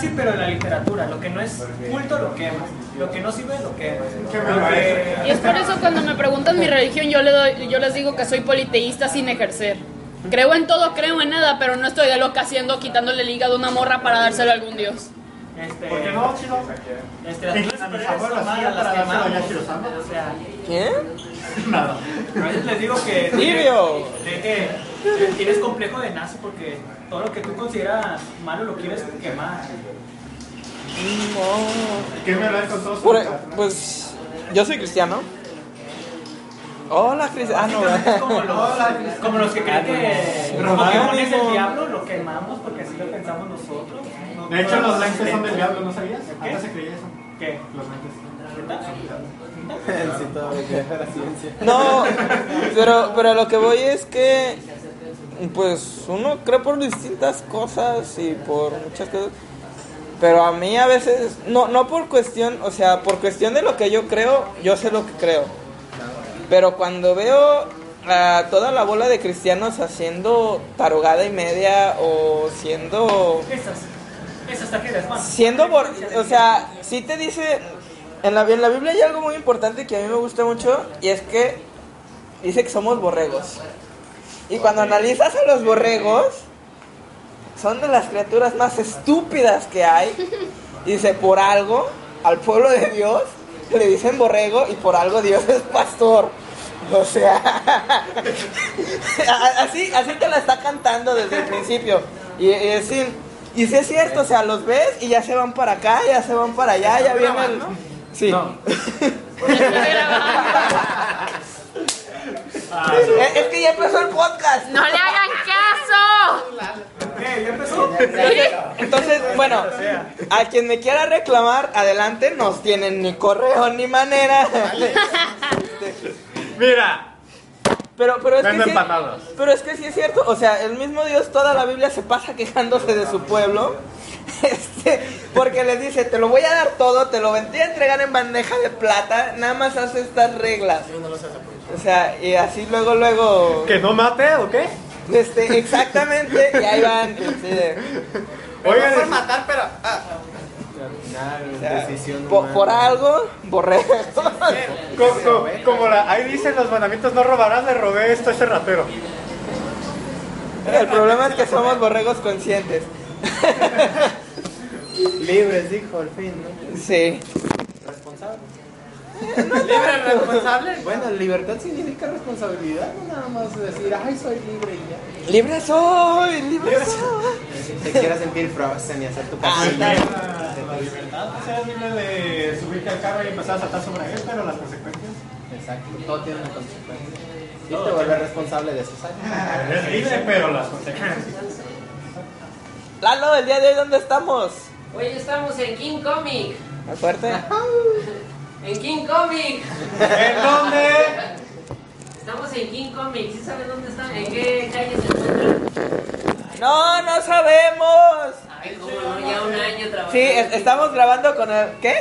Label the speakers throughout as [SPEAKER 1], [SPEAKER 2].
[SPEAKER 1] Sí, pero en la literatura, lo que no es culto lo quemas, lo que no sirve lo quemas. Lo que-
[SPEAKER 2] eh.
[SPEAKER 3] Y es por eso cuando me preguntan mi religión, yo, le doy, yo les digo que soy politeísta sin ejercer. Creo en todo, creo en nada, pero no estoy de loca haciendo, quitándole el hígado a una morra para dárselo a algún dios.
[SPEAKER 1] Este,
[SPEAKER 2] ¿Por qué no, chido?
[SPEAKER 1] este, las
[SPEAKER 2] Incluso mis
[SPEAKER 1] mujeres
[SPEAKER 2] abuelas
[SPEAKER 1] son
[SPEAKER 2] hacían
[SPEAKER 1] malas,
[SPEAKER 2] para
[SPEAKER 1] las
[SPEAKER 2] dárselo a
[SPEAKER 1] quemamos.
[SPEAKER 2] Yashiro-sama.
[SPEAKER 1] O sea,
[SPEAKER 4] ¿Qué?
[SPEAKER 2] Nada.
[SPEAKER 1] a veces les digo que...
[SPEAKER 5] Tibio.
[SPEAKER 1] De que que tienes complejo de nazi porque todo lo que tú consideras malo lo quieres quemar.
[SPEAKER 2] ¿Qué me hablas con todos?
[SPEAKER 5] Por- pues yo soy cristiano. Hola, ah, cristiano.
[SPEAKER 1] Es como los, como los que creen que los Pokémon es el diablo, lo quemamos porque así lo pensamos nosotros. No-
[SPEAKER 2] De hecho,
[SPEAKER 1] no-
[SPEAKER 2] los lentes son del diablo, ¿no sabías?
[SPEAKER 1] ¿Qué?
[SPEAKER 2] Antes se creía eso.
[SPEAKER 1] ¿Qué?
[SPEAKER 2] Los lentes.
[SPEAKER 5] No, pero, pero lo que voy es que, pues uno cree por distintas cosas y por muchas cosas. Pero a mí a veces, no, no por cuestión, o sea, por cuestión de lo que yo creo, yo sé lo que creo. Pero cuando veo a toda la bola de cristianos haciendo tarugada y media o siendo
[SPEAKER 1] Esas. Esas tajeras, man.
[SPEAKER 5] siendo bor- o sea sí te dice en la, en la Biblia hay algo muy importante que a mí me gusta mucho y es que dice que somos borregos y cuando analizas a los borregos son de las criaturas más estúpidas que hay y dice por algo al pueblo de Dios le dicen borrego y por algo Dios es pastor o sea A- así, así te la está cantando desde el principio. Y, y es sin- y sí es cierto, o sea, los ves y ya se van para acá, ya se van para allá, ya viene el. Sí.
[SPEAKER 3] Estoy grabando.
[SPEAKER 5] Es, es que ya empezó el podcast.
[SPEAKER 3] ¡No le hagan caso!
[SPEAKER 1] ¿Qué? ¿Ya empezó?
[SPEAKER 5] Entonces, bueno, a quien me quiera reclamar, adelante, nos tienen ni correo ni manera.
[SPEAKER 2] Mira,
[SPEAKER 5] Pero, pero es que
[SPEAKER 2] Vendo
[SPEAKER 5] sí,
[SPEAKER 2] empanadas.
[SPEAKER 5] pero es que sí es cierto, o sea, el mismo Dios toda la Biblia se pasa quejándose de su pueblo, este, porque les dice, te lo voy a dar todo, te lo vendría a entregar en bandeja de plata, nada más haz estas reglas. O sea, y así luego, luego,
[SPEAKER 2] ¿que no mate o qué?
[SPEAKER 5] este, exactamente, y ahí van, así de,
[SPEAKER 2] Oigan, es-
[SPEAKER 5] o sea, po- por algo, borré.
[SPEAKER 2] co- co- como la, ahí dicen los mandamientos, no robarás, le robé esto a ese ratero.
[SPEAKER 5] El problema es que somos borregos conscientes.
[SPEAKER 6] Libres, dijo, al fin, ¿no?
[SPEAKER 5] Sí.
[SPEAKER 6] ¿Libre, responsable? Bueno, libertad significa responsabilidad, no nada más decir, ay, soy libre y ya.
[SPEAKER 5] Libre soy, libre soy.
[SPEAKER 6] Te quieras sentir frozen y hacer tu
[SPEAKER 5] Ándale.
[SPEAKER 2] La libertad, o sea, es libre de subirte al carro y empezar a saltar sobre él, pero las consecuencias.
[SPEAKER 6] Exacto, todo tiene una consecuencia. Y te vuelves responsable de esos años.
[SPEAKER 2] Es libre, pero las consecuencias.
[SPEAKER 5] Lalo, el día de hoy, ¿dónde estamos?
[SPEAKER 7] Hoy estamos en King Comic.
[SPEAKER 5] ¿Más fuerte?
[SPEAKER 7] En King Comic.
[SPEAKER 2] ¿En dónde?
[SPEAKER 7] Estamos en King Comic. ¿Sí saben dónde están? ¿En qué calle se encuentran?
[SPEAKER 5] No, no sabemos.
[SPEAKER 7] Ay, cómo no, ya un año trabajando.
[SPEAKER 5] Sí, es- estamos grabando con el... ¿Qué?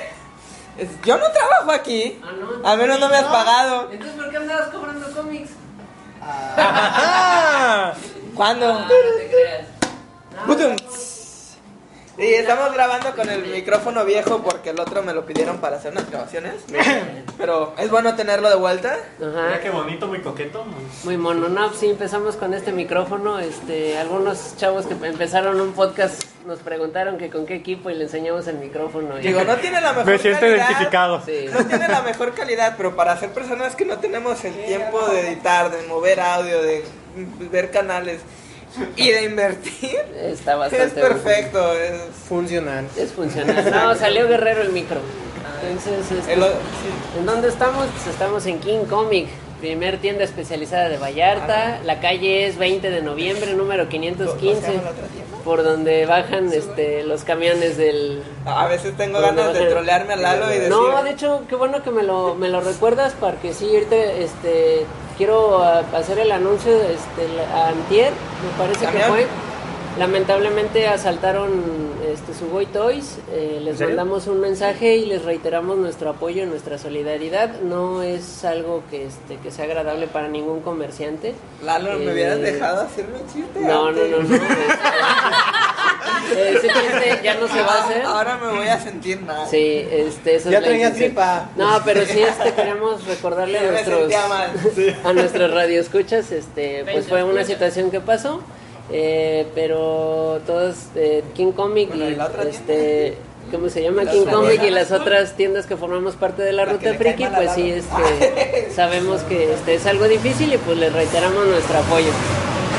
[SPEAKER 5] Es- Yo no trabajo aquí.
[SPEAKER 7] Ah, no.
[SPEAKER 5] Al menos no me has pagado.
[SPEAKER 7] Entonces, ¿por qué andabas cobrando cómics?
[SPEAKER 5] ¿Cuándo?
[SPEAKER 7] Ah, no te creas.
[SPEAKER 5] Putum. Sí, estamos grabando con el micrófono viejo porque el otro me lo pidieron para hacer unas grabaciones. Pero es bueno tenerlo de vuelta.
[SPEAKER 2] Mira
[SPEAKER 7] Ajá,
[SPEAKER 2] qué bonito, muy coqueto. muy-
[SPEAKER 7] muy mono. No, sí, empezamos con este micrófono. Este, algunos chavos que empezaron un podcast nos preguntaron que con qué equipo y le enseñamos el micrófono.
[SPEAKER 5] Digo, no tiene la mejor
[SPEAKER 2] Me siento
[SPEAKER 5] calidad.
[SPEAKER 2] identificado.
[SPEAKER 7] Sí.
[SPEAKER 5] No tiene la mejor calidad, pero para ser personas que no tenemos el tiempo de editar, de mover audio, de ver canales y de invertir,
[SPEAKER 7] Está bastante
[SPEAKER 5] es perfecto. es-
[SPEAKER 6] Funcional.
[SPEAKER 7] Es funcional. No, salió Guerrero el micro. Entonces, este,
[SPEAKER 5] Ah. el o-
[SPEAKER 7] ¿En dónde estamos? Pues estamos en King Comic, primer tienda
[SPEAKER 5] Ah,
[SPEAKER 7] especializada de Vallarta. La calle es 20 de noviembre, número
[SPEAKER 5] ¿Cómo se llama
[SPEAKER 7] 515.
[SPEAKER 5] la otra tienda?
[SPEAKER 7] por donde bajan este, los camiones del...
[SPEAKER 5] A veces tengo
[SPEAKER 7] donde
[SPEAKER 5] ganas de
[SPEAKER 7] bajan-
[SPEAKER 5] trolearme a Lalo y decir.
[SPEAKER 7] No, de hecho, qué bueno que me lo, me lo recuerdas porque sí, ahorita este, quiero ah, hacer el anuncio este, la- a Antier, me parece que
[SPEAKER 5] ¿Camión?
[SPEAKER 7] fue. Lamentablemente asaltaron este, su Boy Toys, eh, les
[SPEAKER 8] serio?
[SPEAKER 7] mandamos un mensaje y les reiteramos nuestro apoyo y nuestra solidaridad. No es algo que, este, que sea agradable para ningún comerciante.
[SPEAKER 5] Lalo, me
[SPEAKER 7] Eh,
[SPEAKER 5] hubieras dejado hacerme un chiste.
[SPEAKER 7] No, no,
[SPEAKER 5] antes?
[SPEAKER 7] no, no. Ese chiste ya no se va a hacer.
[SPEAKER 5] Ah, Ahora me voy a sentir mal.
[SPEAKER 7] Sí, este, esa
[SPEAKER 6] Ya
[SPEAKER 7] es la
[SPEAKER 6] traía
[SPEAKER 7] intención.
[SPEAKER 6] tripa.
[SPEAKER 7] No, pero sí este, queremos recordarle
[SPEAKER 5] Yo
[SPEAKER 7] a
[SPEAKER 5] me
[SPEAKER 7] nuestros,
[SPEAKER 5] sentía mal.
[SPEAKER 7] a nuestros radioescuchas, este, pues fue una
[SPEAKER 3] Radioescuchas.
[SPEAKER 7] situación que pasó, eh, pero todos, eh, King Comic
[SPEAKER 5] Bueno,
[SPEAKER 7] y
[SPEAKER 5] ¿y la otra
[SPEAKER 7] este, ¿cómo se llama?
[SPEAKER 5] Las
[SPEAKER 7] King Comic y
[SPEAKER 5] abuelas.
[SPEAKER 7] las otras tiendas que formamos parte de la
[SPEAKER 5] La que
[SPEAKER 7] Ruta
[SPEAKER 5] le cae
[SPEAKER 7] Friki,
[SPEAKER 5] mal a
[SPEAKER 7] pues sí, este, sabemos que este es algo difícil y pues les reiteramos nuestro apoyo.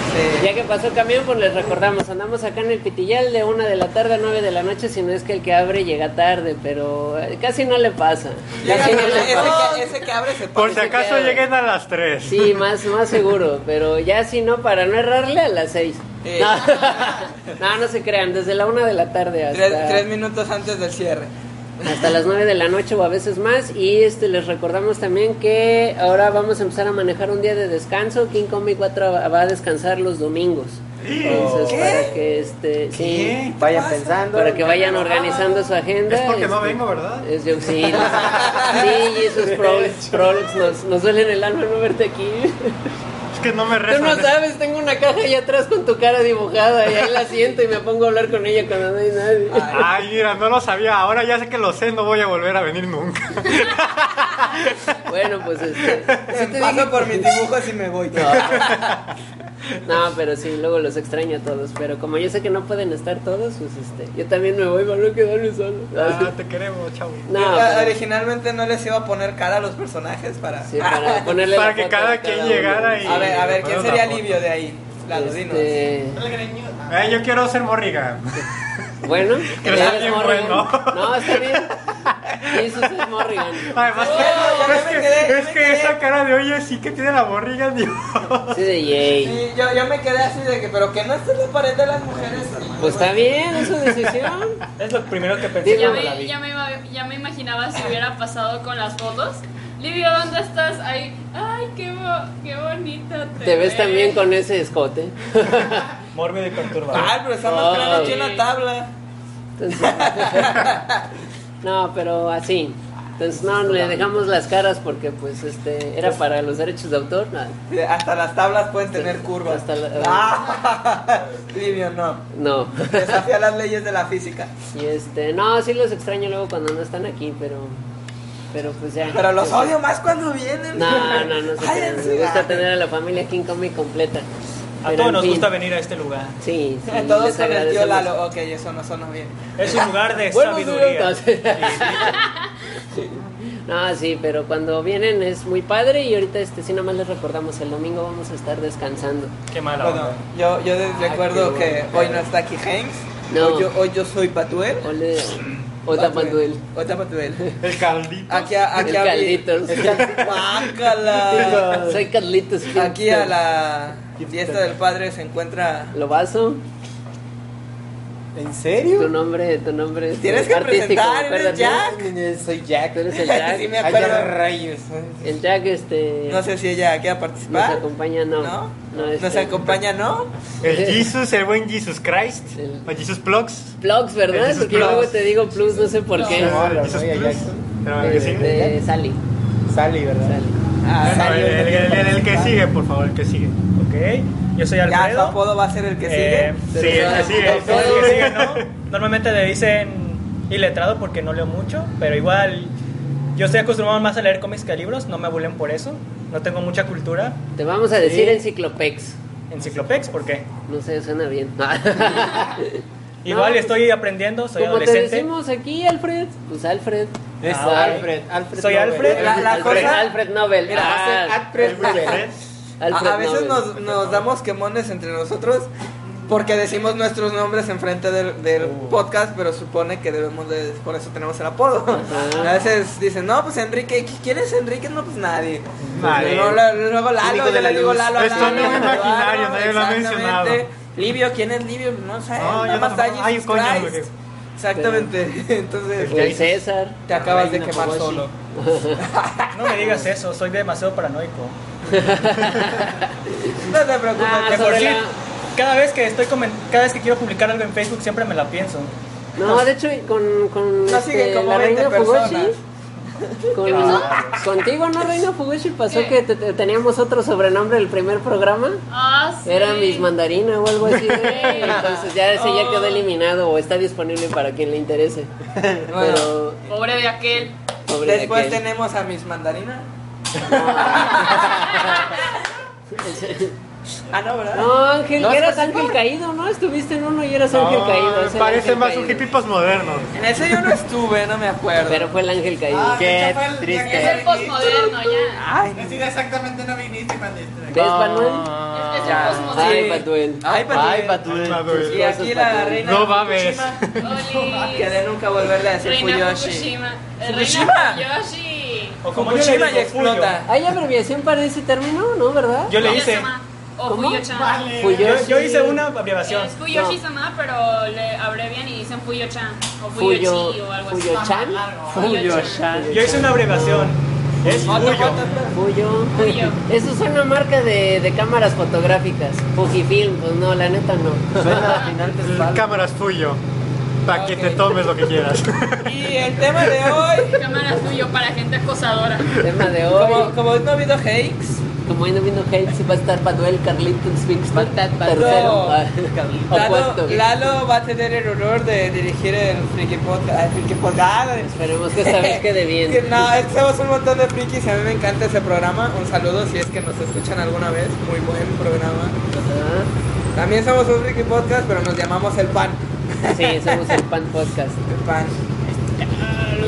[SPEAKER 5] Sí.
[SPEAKER 7] Ya que pasó el camión, pues les recordamos, andamos acá en el Pitillal de una de la tarde a 9 de la noche, si no es que el que abre llega tarde, pero eh, casi no le pasa.
[SPEAKER 5] Llega
[SPEAKER 7] Casi no
[SPEAKER 5] con-
[SPEAKER 7] le
[SPEAKER 5] ese,
[SPEAKER 7] pasa.
[SPEAKER 5] que, ese que abre se
[SPEAKER 8] Por
[SPEAKER 5] pone.
[SPEAKER 8] si acaso lleguen a las 3.
[SPEAKER 7] Sí, más, más seguro, pero ya si no, para no errarle a las 6.
[SPEAKER 5] Eh.
[SPEAKER 7] No, no, no se crean, desde la 1 de la tarde hasta...
[SPEAKER 5] Tres, tres minutos antes del cierre.
[SPEAKER 7] hasta las 9 de la noche o a veces más. Y este les recordamos también que ahora vamos a empezar a manejar un día de descanso. King Comic 4 va a descansar los domingos. Entonces,
[SPEAKER 5] ¿Qué?
[SPEAKER 7] para que este, sí,
[SPEAKER 6] Vayan pensando.
[SPEAKER 7] para que vayan organizando su agenda.
[SPEAKER 2] Es porque no
[SPEAKER 7] este,
[SPEAKER 2] vengo, ¿verdad?
[SPEAKER 7] Es yo, sí, sí, y esos prolix, prolix nos, nos duelen el alma no verte aquí.
[SPEAKER 8] Es que no me
[SPEAKER 7] Tú no
[SPEAKER 8] rezan.
[SPEAKER 7] sabes, tengo una caja allá atrás con tu cara dibujada y ahí la siento y me pongo a hablar con ella cuando no hay nadie.
[SPEAKER 8] Ay, mira, no lo sabía. Ahora ya sé que lo sé, no voy a volver a venir nunca.
[SPEAKER 7] Bueno, pues este,
[SPEAKER 5] Si te Paso por mis dibujos y me voy.
[SPEAKER 7] No, pero sí, luego los extraño a todos. Pero como yo sé que no pueden estar todos, pues este, yo también me voy para no quedarme solo.
[SPEAKER 8] Ah, te queremos, chavo.
[SPEAKER 7] No,
[SPEAKER 5] Yo,
[SPEAKER 7] pero-
[SPEAKER 5] originalmente no les iba a poner cara a los personajes para.
[SPEAKER 7] sí, para ponerle
[SPEAKER 8] Para
[SPEAKER 7] la
[SPEAKER 8] que
[SPEAKER 7] foto a
[SPEAKER 8] cada quien
[SPEAKER 7] uno.
[SPEAKER 8] llegara y-
[SPEAKER 5] A ver, a ver, ¿quién
[SPEAKER 8] Poner
[SPEAKER 5] sería
[SPEAKER 8] una foto.
[SPEAKER 5] alivio de ahí? Lalo, dinos.
[SPEAKER 7] Este,
[SPEAKER 8] Eh, yo quiero ser Morrigan.
[SPEAKER 7] bueno,
[SPEAKER 8] Que no
[SPEAKER 7] ya
[SPEAKER 8] está
[SPEAKER 7] ves
[SPEAKER 8] bien
[SPEAKER 7] Morrigan.
[SPEAKER 8] bueno.
[SPEAKER 7] No, está bien. Sí, eso es Morrigan.
[SPEAKER 8] Además,
[SPEAKER 5] ya
[SPEAKER 8] es
[SPEAKER 5] me
[SPEAKER 8] que,
[SPEAKER 5] quedé, ya
[SPEAKER 8] es
[SPEAKER 5] me
[SPEAKER 8] que
[SPEAKER 5] quedé.
[SPEAKER 8] esa cara de oye sí que tiene la Morrigan. digo.
[SPEAKER 7] Sí, de Yay.
[SPEAKER 5] Sí, yo, yo me quedé así de que, pero que no esté en la pared de las mujeres. hermano.
[SPEAKER 7] Pues está bien, es su decisión.
[SPEAKER 1] Es lo primero que pensé
[SPEAKER 7] Digo,
[SPEAKER 1] cuando la
[SPEAKER 3] me,
[SPEAKER 1] vi.
[SPEAKER 3] ya, me, iba- ya me imaginaba si hubiera pasado con las fotos. Livio, ¿dónde estás? Ay, ay qué, bo- qué bonita. Te,
[SPEAKER 7] Te ves también con ese escote.
[SPEAKER 1] Mórbido y perturbador.
[SPEAKER 5] Ay, pero estamos
[SPEAKER 7] Ay.
[SPEAKER 5] planos que una tabla.
[SPEAKER 7] Entonces, no, pero así. Entonces, no, le dejamos las caras porque, pues, este, era para los derechos de autor. No,
[SPEAKER 5] Sí, Eh, Hasta las tablas pueden tener curvas.
[SPEAKER 7] Hasta la-
[SPEAKER 5] Ah, Livio, no.
[SPEAKER 7] no.
[SPEAKER 5] Desafía las leyes de la física.
[SPEAKER 7] Y este, no, sí los extraño luego cuando no están aquí, pero, pero pues ya.
[SPEAKER 5] Pero los
[SPEAKER 7] Este,
[SPEAKER 5] odio más cuando vienen.
[SPEAKER 7] No, no, no, se
[SPEAKER 5] Ay,
[SPEAKER 7] crean, me
[SPEAKER 5] sí,
[SPEAKER 7] gusta
[SPEAKER 5] ah.
[SPEAKER 7] tener a la familia King Comic completa.
[SPEAKER 1] A
[SPEAKER 7] Pero,
[SPEAKER 1] todos
[SPEAKER 7] en
[SPEAKER 1] nos
[SPEAKER 7] fin,
[SPEAKER 1] gusta venir a este lugar.
[SPEAKER 7] Sí, sí,
[SPEAKER 5] Todos
[SPEAKER 7] les
[SPEAKER 5] con el tío
[SPEAKER 7] agradecemos.
[SPEAKER 5] Lalo. Ok, eso no sonó bien.
[SPEAKER 1] Es un lugar de
[SPEAKER 7] Buenos
[SPEAKER 1] sabiduría.
[SPEAKER 7] días. No, sí, pero cuando vienen es muy padre y ahorita este sí nomás les recordamos el domingo vamos a estar descansando.
[SPEAKER 1] Qué mala
[SPEAKER 5] Bueno,
[SPEAKER 1] onda.
[SPEAKER 5] yo, yo les recuerdo que hoy no está aquí James.
[SPEAKER 7] Ah, No.
[SPEAKER 5] Hoy, yo, hoy yo soy Patuel.
[SPEAKER 7] Ole, otra Panduel.
[SPEAKER 5] Otra Patuel.
[SPEAKER 8] El caldito.
[SPEAKER 5] Aquí a, aquí
[SPEAKER 7] El
[SPEAKER 5] a mi-
[SPEAKER 7] Carlitos.
[SPEAKER 5] El Cal- Guácala.
[SPEAKER 7] Soy Carlitos.
[SPEAKER 5] Aquí a la fiesta del padre se encuentra.
[SPEAKER 7] Lobazo,
[SPEAKER 6] ¿En
[SPEAKER 7] tu
[SPEAKER 6] serio?
[SPEAKER 7] nombre, tu nombre es este,
[SPEAKER 5] Tienes que
[SPEAKER 7] artístico,
[SPEAKER 5] presentar, eres
[SPEAKER 7] acuérdate.
[SPEAKER 5] Jack.
[SPEAKER 6] Soy Jack.
[SPEAKER 7] Tú eres el Jack.
[SPEAKER 5] Sí me
[SPEAKER 6] Ay,
[SPEAKER 5] acuerdo.
[SPEAKER 6] ya rayos.
[SPEAKER 7] El Jack este
[SPEAKER 5] No sé si ella quiera
[SPEAKER 7] nos
[SPEAKER 5] participar.
[SPEAKER 7] acompaña, no.
[SPEAKER 5] ¿No?
[SPEAKER 7] este,
[SPEAKER 5] Nos acompaña, ¿no?
[SPEAKER 8] El Jesus, el buen Jesus Christ.
[SPEAKER 7] El-
[SPEAKER 8] O Jesus Plugs.
[SPEAKER 7] Plugs,
[SPEAKER 8] Ese
[SPEAKER 7] ¿verdad?
[SPEAKER 8] es
[SPEAKER 7] Porque yo
[SPEAKER 8] Plugs.
[SPEAKER 7] luego te digo plus, no sé por qué.
[SPEAKER 6] No, la
[SPEAKER 8] Jesus
[SPEAKER 6] voy a
[SPEAKER 8] Plus.
[SPEAKER 6] Jackson.
[SPEAKER 8] Pero el que sigue.
[SPEAKER 7] Este, Sally,
[SPEAKER 6] Sally, ¿verdad?
[SPEAKER 7] Sally.
[SPEAKER 5] Ah,
[SPEAKER 8] Bueno, el,
[SPEAKER 5] salió
[SPEAKER 8] el- el- el- el que sigue, por favor, el que sigue.
[SPEAKER 1] Ok, yo soy
[SPEAKER 5] Ya su
[SPEAKER 7] pues.
[SPEAKER 1] Alfredo.
[SPEAKER 5] apodo va a ser el que
[SPEAKER 1] Eh,
[SPEAKER 5] sigue.
[SPEAKER 8] Sí, el que sigue.
[SPEAKER 1] el que sigue, ¿no? Normalmente le dicen iletrado porque no leo mucho, pero igual yo estoy acostumbrado más a leer cómics que a libros, no me abulen por eso. No tengo mucha cultura.
[SPEAKER 7] Te vamos a decir
[SPEAKER 1] Sí.
[SPEAKER 7] enciclopex.
[SPEAKER 1] Enciclopex, ¿por qué?
[SPEAKER 7] No sé, suena bien.
[SPEAKER 1] Igual
[SPEAKER 7] No, pues,
[SPEAKER 1] estoy aprendiendo, soy
[SPEAKER 7] Como te
[SPEAKER 1] adolescente.
[SPEAKER 7] decimos aquí, Alfred. Pues Alfred.
[SPEAKER 6] Es
[SPEAKER 1] Ah,
[SPEAKER 6] Alfred, Alfred.
[SPEAKER 1] Soy
[SPEAKER 6] Nobel.
[SPEAKER 1] Alfred.
[SPEAKER 5] La- Ah, la
[SPEAKER 7] Alfred,
[SPEAKER 5] cosa- ah,
[SPEAKER 7] Alfred Nobel.
[SPEAKER 6] Mira, va a ser
[SPEAKER 7] Ah,
[SPEAKER 6] Alfred Nobel.
[SPEAKER 8] Fred.
[SPEAKER 7] Alfred
[SPEAKER 5] A, a veces
[SPEAKER 7] Nobel.
[SPEAKER 5] nos, nos damos quemones entre nosotros porque decimos nuestros nombres enfrente del, del
[SPEAKER 7] Uh.
[SPEAKER 5] podcast, pero supone que debemos de, por eso tenemos el apodo. A veces dicen, no, pues Enrique, ¿qui- ¿quién es Enrique? No, pues nadie.
[SPEAKER 8] Nadie.
[SPEAKER 5] Luego, luego Lalo,
[SPEAKER 6] Único
[SPEAKER 5] yo
[SPEAKER 6] de la
[SPEAKER 5] le digo
[SPEAKER 6] luz.
[SPEAKER 5] Lalo. a
[SPEAKER 8] Es
[SPEAKER 5] Lalo,
[SPEAKER 8] sonido
[SPEAKER 5] a Lalo,
[SPEAKER 8] imaginario,
[SPEAKER 5] a Lalo,
[SPEAKER 8] nadie lo ha
[SPEAKER 5] exactamente.
[SPEAKER 8] mencionado.
[SPEAKER 5] Livio, ¿quién es Livio? No sé,
[SPEAKER 8] No,
[SPEAKER 5] nada más
[SPEAKER 8] yo tampoco.
[SPEAKER 5] está
[SPEAKER 8] Ay,
[SPEAKER 5] Jesus
[SPEAKER 8] coño,
[SPEAKER 5] Christ.
[SPEAKER 8] porque-
[SPEAKER 5] Exactamente, entonces
[SPEAKER 7] El Pues, César.
[SPEAKER 5] te acabas de
[SPEAKER 7] Reina
[SPEAKER 5] quemar
[SPEAKER 7] Kobashi.
[SPEAKER 5] solo.
[SPEAKER 1] No me digas eso, soy demasiado paranoico.
[SPEAKER 5] No te preocupes.
[SPEAKER 7] Ah,
[SPEAKER 1] De por
[SPEAKER 7] sobre
[SPEAKER 1] sí,
[SPEAKER 7] la-
[SPEAKER 1] cada vez que estoy comen- cada vez que quiero publicar algo en Facebook siempre me la pienso.
[SPEAKER 7] No, de hecho, con, con este,
[SPEAKER 5] No siguen como
[SPEAKER 7] la
[SPEAKER 5] 20
[SPEAKER 7] reina Fugoshi.
[SPEAKER 5] personas.
[SPEAKER 7] con- contigo, ¿no, reina Fugoshi? Pasó
[SPEAKER 3] ¿Qué?
[SPEAKER 7] que te- te- teníamos otro sobrenombre del primer programa.
[SPEAKER 3] Ah, sí.
[SPEAKER 7] Era Miss Mandarina o algo así. Entonces ya ese ya quedó
[SPEAKER 3] Oh.
[SPEAKER 7] eliminado o está disponible para quien le interese.
[SPEAKER 5] Bueno.
[SPEAKER 7] Pero
[SPEAKER 3] Pobre de aquel.
[SPEAKER 7] pobre de
[SPEAKER 5] Después
[SPEAKER 7] aquel.
[SPEAKER 5] tenemos a Miss Mandarina. Ah, no, pues, ¿verdad?
[SPEAKER 7] No, Ángel,
[SPEAKER 6] No,
[SPEAKER 7] que eras
[SPEAKER 6] se participó.
[SPEAKER 7] Ángel Caído, ¿no? Estuviste en uno y eras Ángel Caído. ese era
[SPEAKER 8] parece
[SPEAKER 7] Ángel
[SPEAKER 8] más
[SPEAKER 7] Caído.
[SPEAKER 8] un hippie postmoderno.
[SPEAKER 5] En ese yo no estuve, no me acuerdo.
[SPEAKER 7] Pero fue el Ángel Caído.
[SPEAKER 5] Ah,
[SPEAKER 6] Eh,
[SPEAKER 8] Qué
[SPEAKER 3] Es el
[SPEAKER 8] triste.
[SPEAKER 3] postmoderno, ya.
[SPEAKER 5] Ay,
[SPEAKER 6] exactamente no viniste cuando estuve.
[SPEAKER 7] ¿Ves, Manuel?
[SPEAKER 3] Es, es
[SPEAKER 5] Ya.
[SPEAKER 3] el postmoderno.
[SPEAKER 7] Ay, Patuel.
[SPEAKER 5] Ay,
[SPEAKER 6] Ay,
[SPEAKER 5] Patuel.
[SPEAKER 6] Patuel.
[SPEAKER 5] Y aquí la reina
[SPEAKER 8] No
[SPEAKER 5] de
[SPEAKER 8] mames.
[SPEAKER 5] Fukushima,
[SPEAKER 3] Oli.
[SPEAKER 5] Que de nunca volverle a decir
[SPEAKER 3] Reina
[SPEAKER 5] Fuyoshi.
[SPEAKER 3] Fukushima. Eh,
[SPEAKER 5] Fukushima.
[SPEAKER 3] Reina Fuyoshi.
[SPEAKER 1] O como yo le
[SPEAKER 5] Fukushima y
[SPEAKER 1] digo, Fuyo.
[SPEAKER 5] explota.
[SPEAKER 7] ¿Hay abreviación para ese término? ¿No, verdad?
[SPEAKER 1] Yo le hice
[SPEAKER 3] O
[SPEAKER 7] ¿Cómo?
[SPEAKER 3] Fuyo-chan.
[SPEAKER 1] yo,
[SPEAKER 7] Fuyoshi.
[SPEAKER 1] yo hice una abreviación.
[SPEAKER 3] Es Fuyoshi-sama, pero le abrevian y dicen Fuyo-chan. O
[SPEAKER 7] Fuyo...
[SPEAKER 3] Fuyochi o algo así.
[SPEAKER 7] Fuyo-chan.
[SPEAKER 3] Fuyo-chan.
[SPEAKER 1] Yo hice una abreviación. Es
[SPEAKER 5] Otro,
[SPEAKER 1] Fuyo.
[SPEAKER 5] otro, otro.
[SPEAKER 7] Fuyo.
[SPEAKER 3] Fuyo.
[SPEAKER 7] Eso es una marca de, de cámaras fotográficas. Fujifilm, pues no, la neta no.
[SPEAKER 6] Suena a final de espalda.
[SPEAKER 8] Cámaras tuyo. Para que te
[SPEAKER 5] Ok.
[SPEAKER 8] tomes lo que quieras.
[SPEAKER 5] Y el tema de hoy,
[SPEAKER 3] Cámara Fuyo para gente acosadora.
[SPEAKER 7] Tema de
[SPEAKER 5] como,
[SPEAKER 7] hoy.
[SPEAKER 5] como no ha habido hakes,
[SPEAKER 7] Como hoy no vino Hate, sí va a estar Paduel, Carlitos, Wingsman, tercero.
[SPEAKER 5] Lalo,
[SPEAKER 7] Ah,
[SPEAKER 5] Lalo,
[SPEAKER 7] Opuesto.
[SPEAKER 5] Lalo va a tener el honor de dirigir el Friki Podcast. ay, Friki Podcast.
[SPEAKER 7] Esperemos que esta vez quede bien.
[SPEAKER 5] Que No, es que somos un montón de frikis y a mí me encanta ese programa. Un saludo si es que nos escuchan alguna vez. Muy buen programa.
[SPEAKER 7] Ajá.
[SPEAKER 5] También somos un friki podcast, pero nos llamamos El Pan.
[SPEAKER 7] Ah, Sí, somos el Pan Podcast.
[SPEAKER 5] El Pan.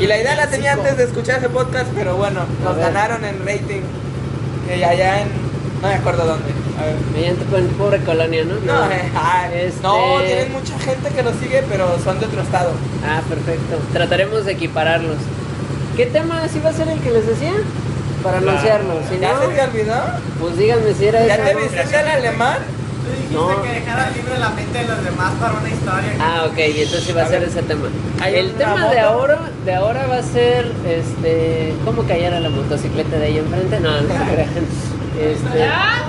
[SPEAKER 5] Y la idea la tenía antes de escuchar ese podcast, pero bueno, nos
[SPEAKER 7] ver.
[SPEAKER 5] ganaron en rating. Y allá en. No me acuerdo dónde. A ver.
[SPEAKER 7] Allá en tu po- pobre colonia, ¿no?
[SPEAKER 5] No, eh, ay,
[SPEAKER 7] Este-
[SPEAKER 5] no, tienen mucha gente que lo sigue, pero son de otro estado.
[SPEAKER 7] Ah, perfecto. Trataremos de equipararlos. ¿Qué tema sí va a ser el que les decía? Para anunciarlo. Si
[SPEAKER 5] ¿Ya se te
[SPEAKER 7] no,
[SPEAKER 5] olvidó?
[SPEAKER 7] pues díganme si era
[SPEAKER 5] ¿Ya
[SPEAKER 7] eso,
[SPEAKER 5] te
[SPEAKER 7] ¿no?
[SPEAKER 5] viste al alemán?
[SPEAKER 6] Tú dijiste
[SPEAKER 7] No.
[SPEAKER 6] que dejara libre la mente de los demás para una historia.
[SPEAKER 7] Ah, ok, y entonces sí va a,
[SPEAKER 5] A
[SPEAKER 7] ser
[SPEAKER 5] ver.
[SPEAKER 7] ese tema.
[SPEAKER 5] Hay
[SPEAKER 7] El
[SPEAKER 5] una
[SPEAKER 7] tema de
[SPEAKER 5] moto.
[SPEAKER 7] ahora, de ahora va a ser este cómo callar a la motocicleta de ahí enfrente. No, no se crean. Este,
[SPEAKER 3] ¿Ya?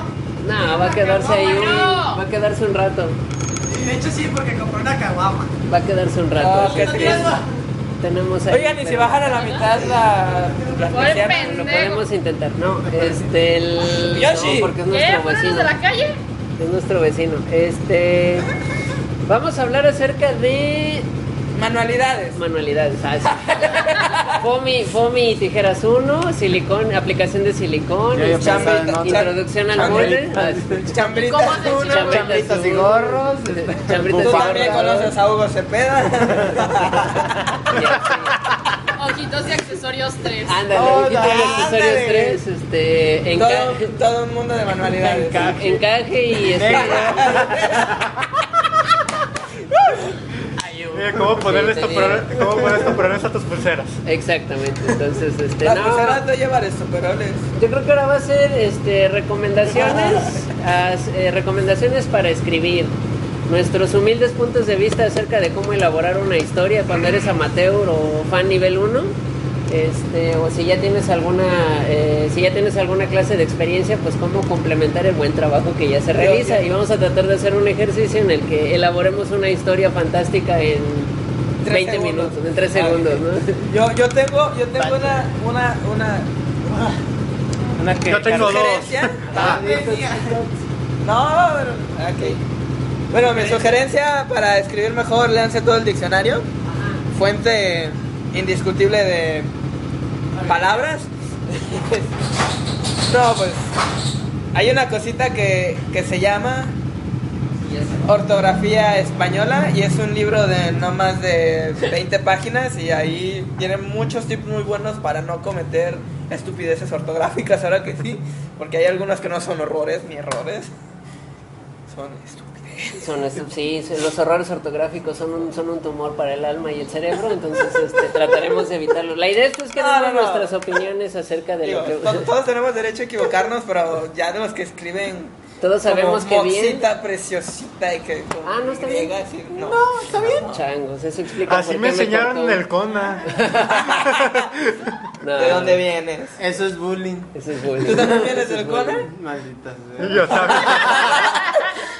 [SPEAKER 7] no, va a quedarse ahí un,
[SPEAKER 3] No.
[SPEAKER 7] va a quedarse un rato.
[SPEAKER 6] Y de hecho sí, porque compré una caguama.
[SPEAKER 7] Va a quedarse un rato.
[SPEAKER 5] Ah,
[SPEAKER 7] así
[SPEAKER 5] qué
[SPEAKER 7] es que
[SPEAKER 5] triste.
[SPEAKER 7] tenemos ahí,
[SPEAKER 5] Oigan, y si
[SPEAKER 7] pero-
[SPEAKER 5] bajan a la mitad la. las
[SPEAKER 3] Pobre
[SPEAKER 5] persianas?
[SPEAKER 3] pendejo.
[SPEAKER 7] Lo podemos intentar, no, este el
[SPEAKER 5] Yoshi.
[SPEAKER 7] no, porque es
[SPEAKER 3] ¿Qué?
[SPEAKER 7] nuestro
[SPEAKER 3] ¿Eh? ¿Fueron los de
[SPEAKER 7] vecino.
[SPEAKER 3] la calle?
[SPEAKER 7] Es nuestro vecino. Este vamos a hablar acerca de
[SPEAKER 5] Manualidades.
[SPEAKER 7] manualidades. Ah, sí. Fomi, Fomi y tijeras 1, silicón, aplicación de silicón,
[SPEAKER 6] Yo ya
[SPEAKER 7] este,
[SPEAKER 6] pensaba en otra.
[SPEAKER 7] introducción al molde.
[SPEAKER 5] Chambrita.
[SPEAKER 7] Ah, sí.
[SPEAKER 5] Chambritas
[SPEAKER 3] ¿Cómo haces,
[SPEAKER 5] uno.
[SPEAKER 3] chambritas?
[SPEAKER 6] Chambritas y gorros. este,
[SPEAKER 7] Chambritas y
[SPEAKER 5] Tú
[SPEAKER 6] bufandas.
[SPEAKER 5] también conoces a Hugo Cepeda.
[SPEAKER 3] Ojitos y accesorios 3.
[SPEAKER 7] Ándale,
[SPEAKER 5] Hola,
[SPEAKER 7] aquí tengo accesorios
[SPEAKER 5] ándale.
[SPEAKER 7] 3, este
[SPEAKER 5] todo,
[SPEAKER 7] encaje,
[SPEAKER 5] todo un mundo de manualidades.
[SPEAKER 7] encaje y este,
[SPEAKER 8] Mira, ¿cómo ponerle
[SPEAKER 7] Sí,
[SPEAKER 8] esto
[SPEAKER 7] te
[SPEAKER 8] por- cómo poner estos problemas a tus pulseras?
[SPEAKER 7] Exactamente, entonces este
[SPEAKER 5] Las
[SPEAKER 7] no,
[SPEAKER 5] pulseras no llevan estuperables.
[SPEAKER 7] Yo creo que ahora va a ser este, recomendaciones, as- eh, recomendaciones para escribir. Nuestros humildes puntos de vista acerca de cómo elaborar una historia cuando eres amateur o fan nivel 1. Este, o si ya tienes alguna eh, si ya tienes alguna clase de experiencia pues cómo complementar el buen trabajo que ya se realiza y vamos a tratar de hacer un ejercicio en el que elaboremos una historia fantástica en
[SPEAKER 5] Tres
[SPEAKER 7] 20
[SPEAKER 5] segundos.
[SPEAKER 7] minutos en 3
[SPEAKER 5] Ah, ok.
[SPEAKER 7] segundos ¿no?
[SPEAKER 5] Yo, yo tengo, yo tengo una, una, una
[SPEAKER 6] Una que.
[SPEAKER 8] Yo tengo dos.
[SPEAKER 5] sugerencia.
[SPEAKER 6] Ah, decía.
[SPEAKER 5] No, pero, ok. Bueno, mi sugerencia para escribir mejor, léanse todo el diccionario. Fuente indiscutible de palabras. No, pues hay una cosita que, que se llama Ortografía Española y es un libro de no más de 20 páginas y ahí tienen muchos tips muy buenos para no cometer estupideces ortográficas ahora que sí, porque hay algunas que no son horrores ni errores, son estupideces.
[SPEAKER 7] Son estu- sí, sí, los horrores ortográficos son un, son un tumor para el alma y el cerebro, entonces este, trataremos de evitarlo. La idea esto es pues, que
[SPEAKER 5] No,
[SPEAKER 7] demos
[SPEAKER 5] no, no.
[SPEAKER 7] nuestras opiniones acerca de
[SPEAKER 5] Digo,
[SPEAKER 7] lo que...
[SPEAKER 5] to- todos tenemos derecho a equivocarnos, pero ya de los que escriben
[SPEAKER 7] Todos sabemos
[SPEAKER 5] como
[SPEAKER 7] que bien.
[SPEAKER 5] moxita preciosita y que como
[SPEAKER 7] Ah, no, está bien.
[SPEAKER 5] griega, así, no.
[SPEAKER 6] está bien.
[SPEAKER 7] Changos, eso explica por
[SPEAKER 8] Así
[SPEAKER 7] qué
[SPEAKER 8] me enseñaron
[SPEAKER 7] cortó.
[SPEAKER 8] en el CONA.
[SPEAKER 7] No,
[SPEAKER 5] ¿De dónde vienes?
[SPEAKER 6] Eso es bullying.
[SPEAKER 7] Eso es
[SPEAKER 5] ¿Tú
[SPEAKER 7] bullying.
[SPEAKER 5] también vienes del
[SPEAKER 7] Pues
[SPEAKER 5] Conan?
[SPEAKER 6] Maldita sea.
[SPEAKER 8] Y yo sabía.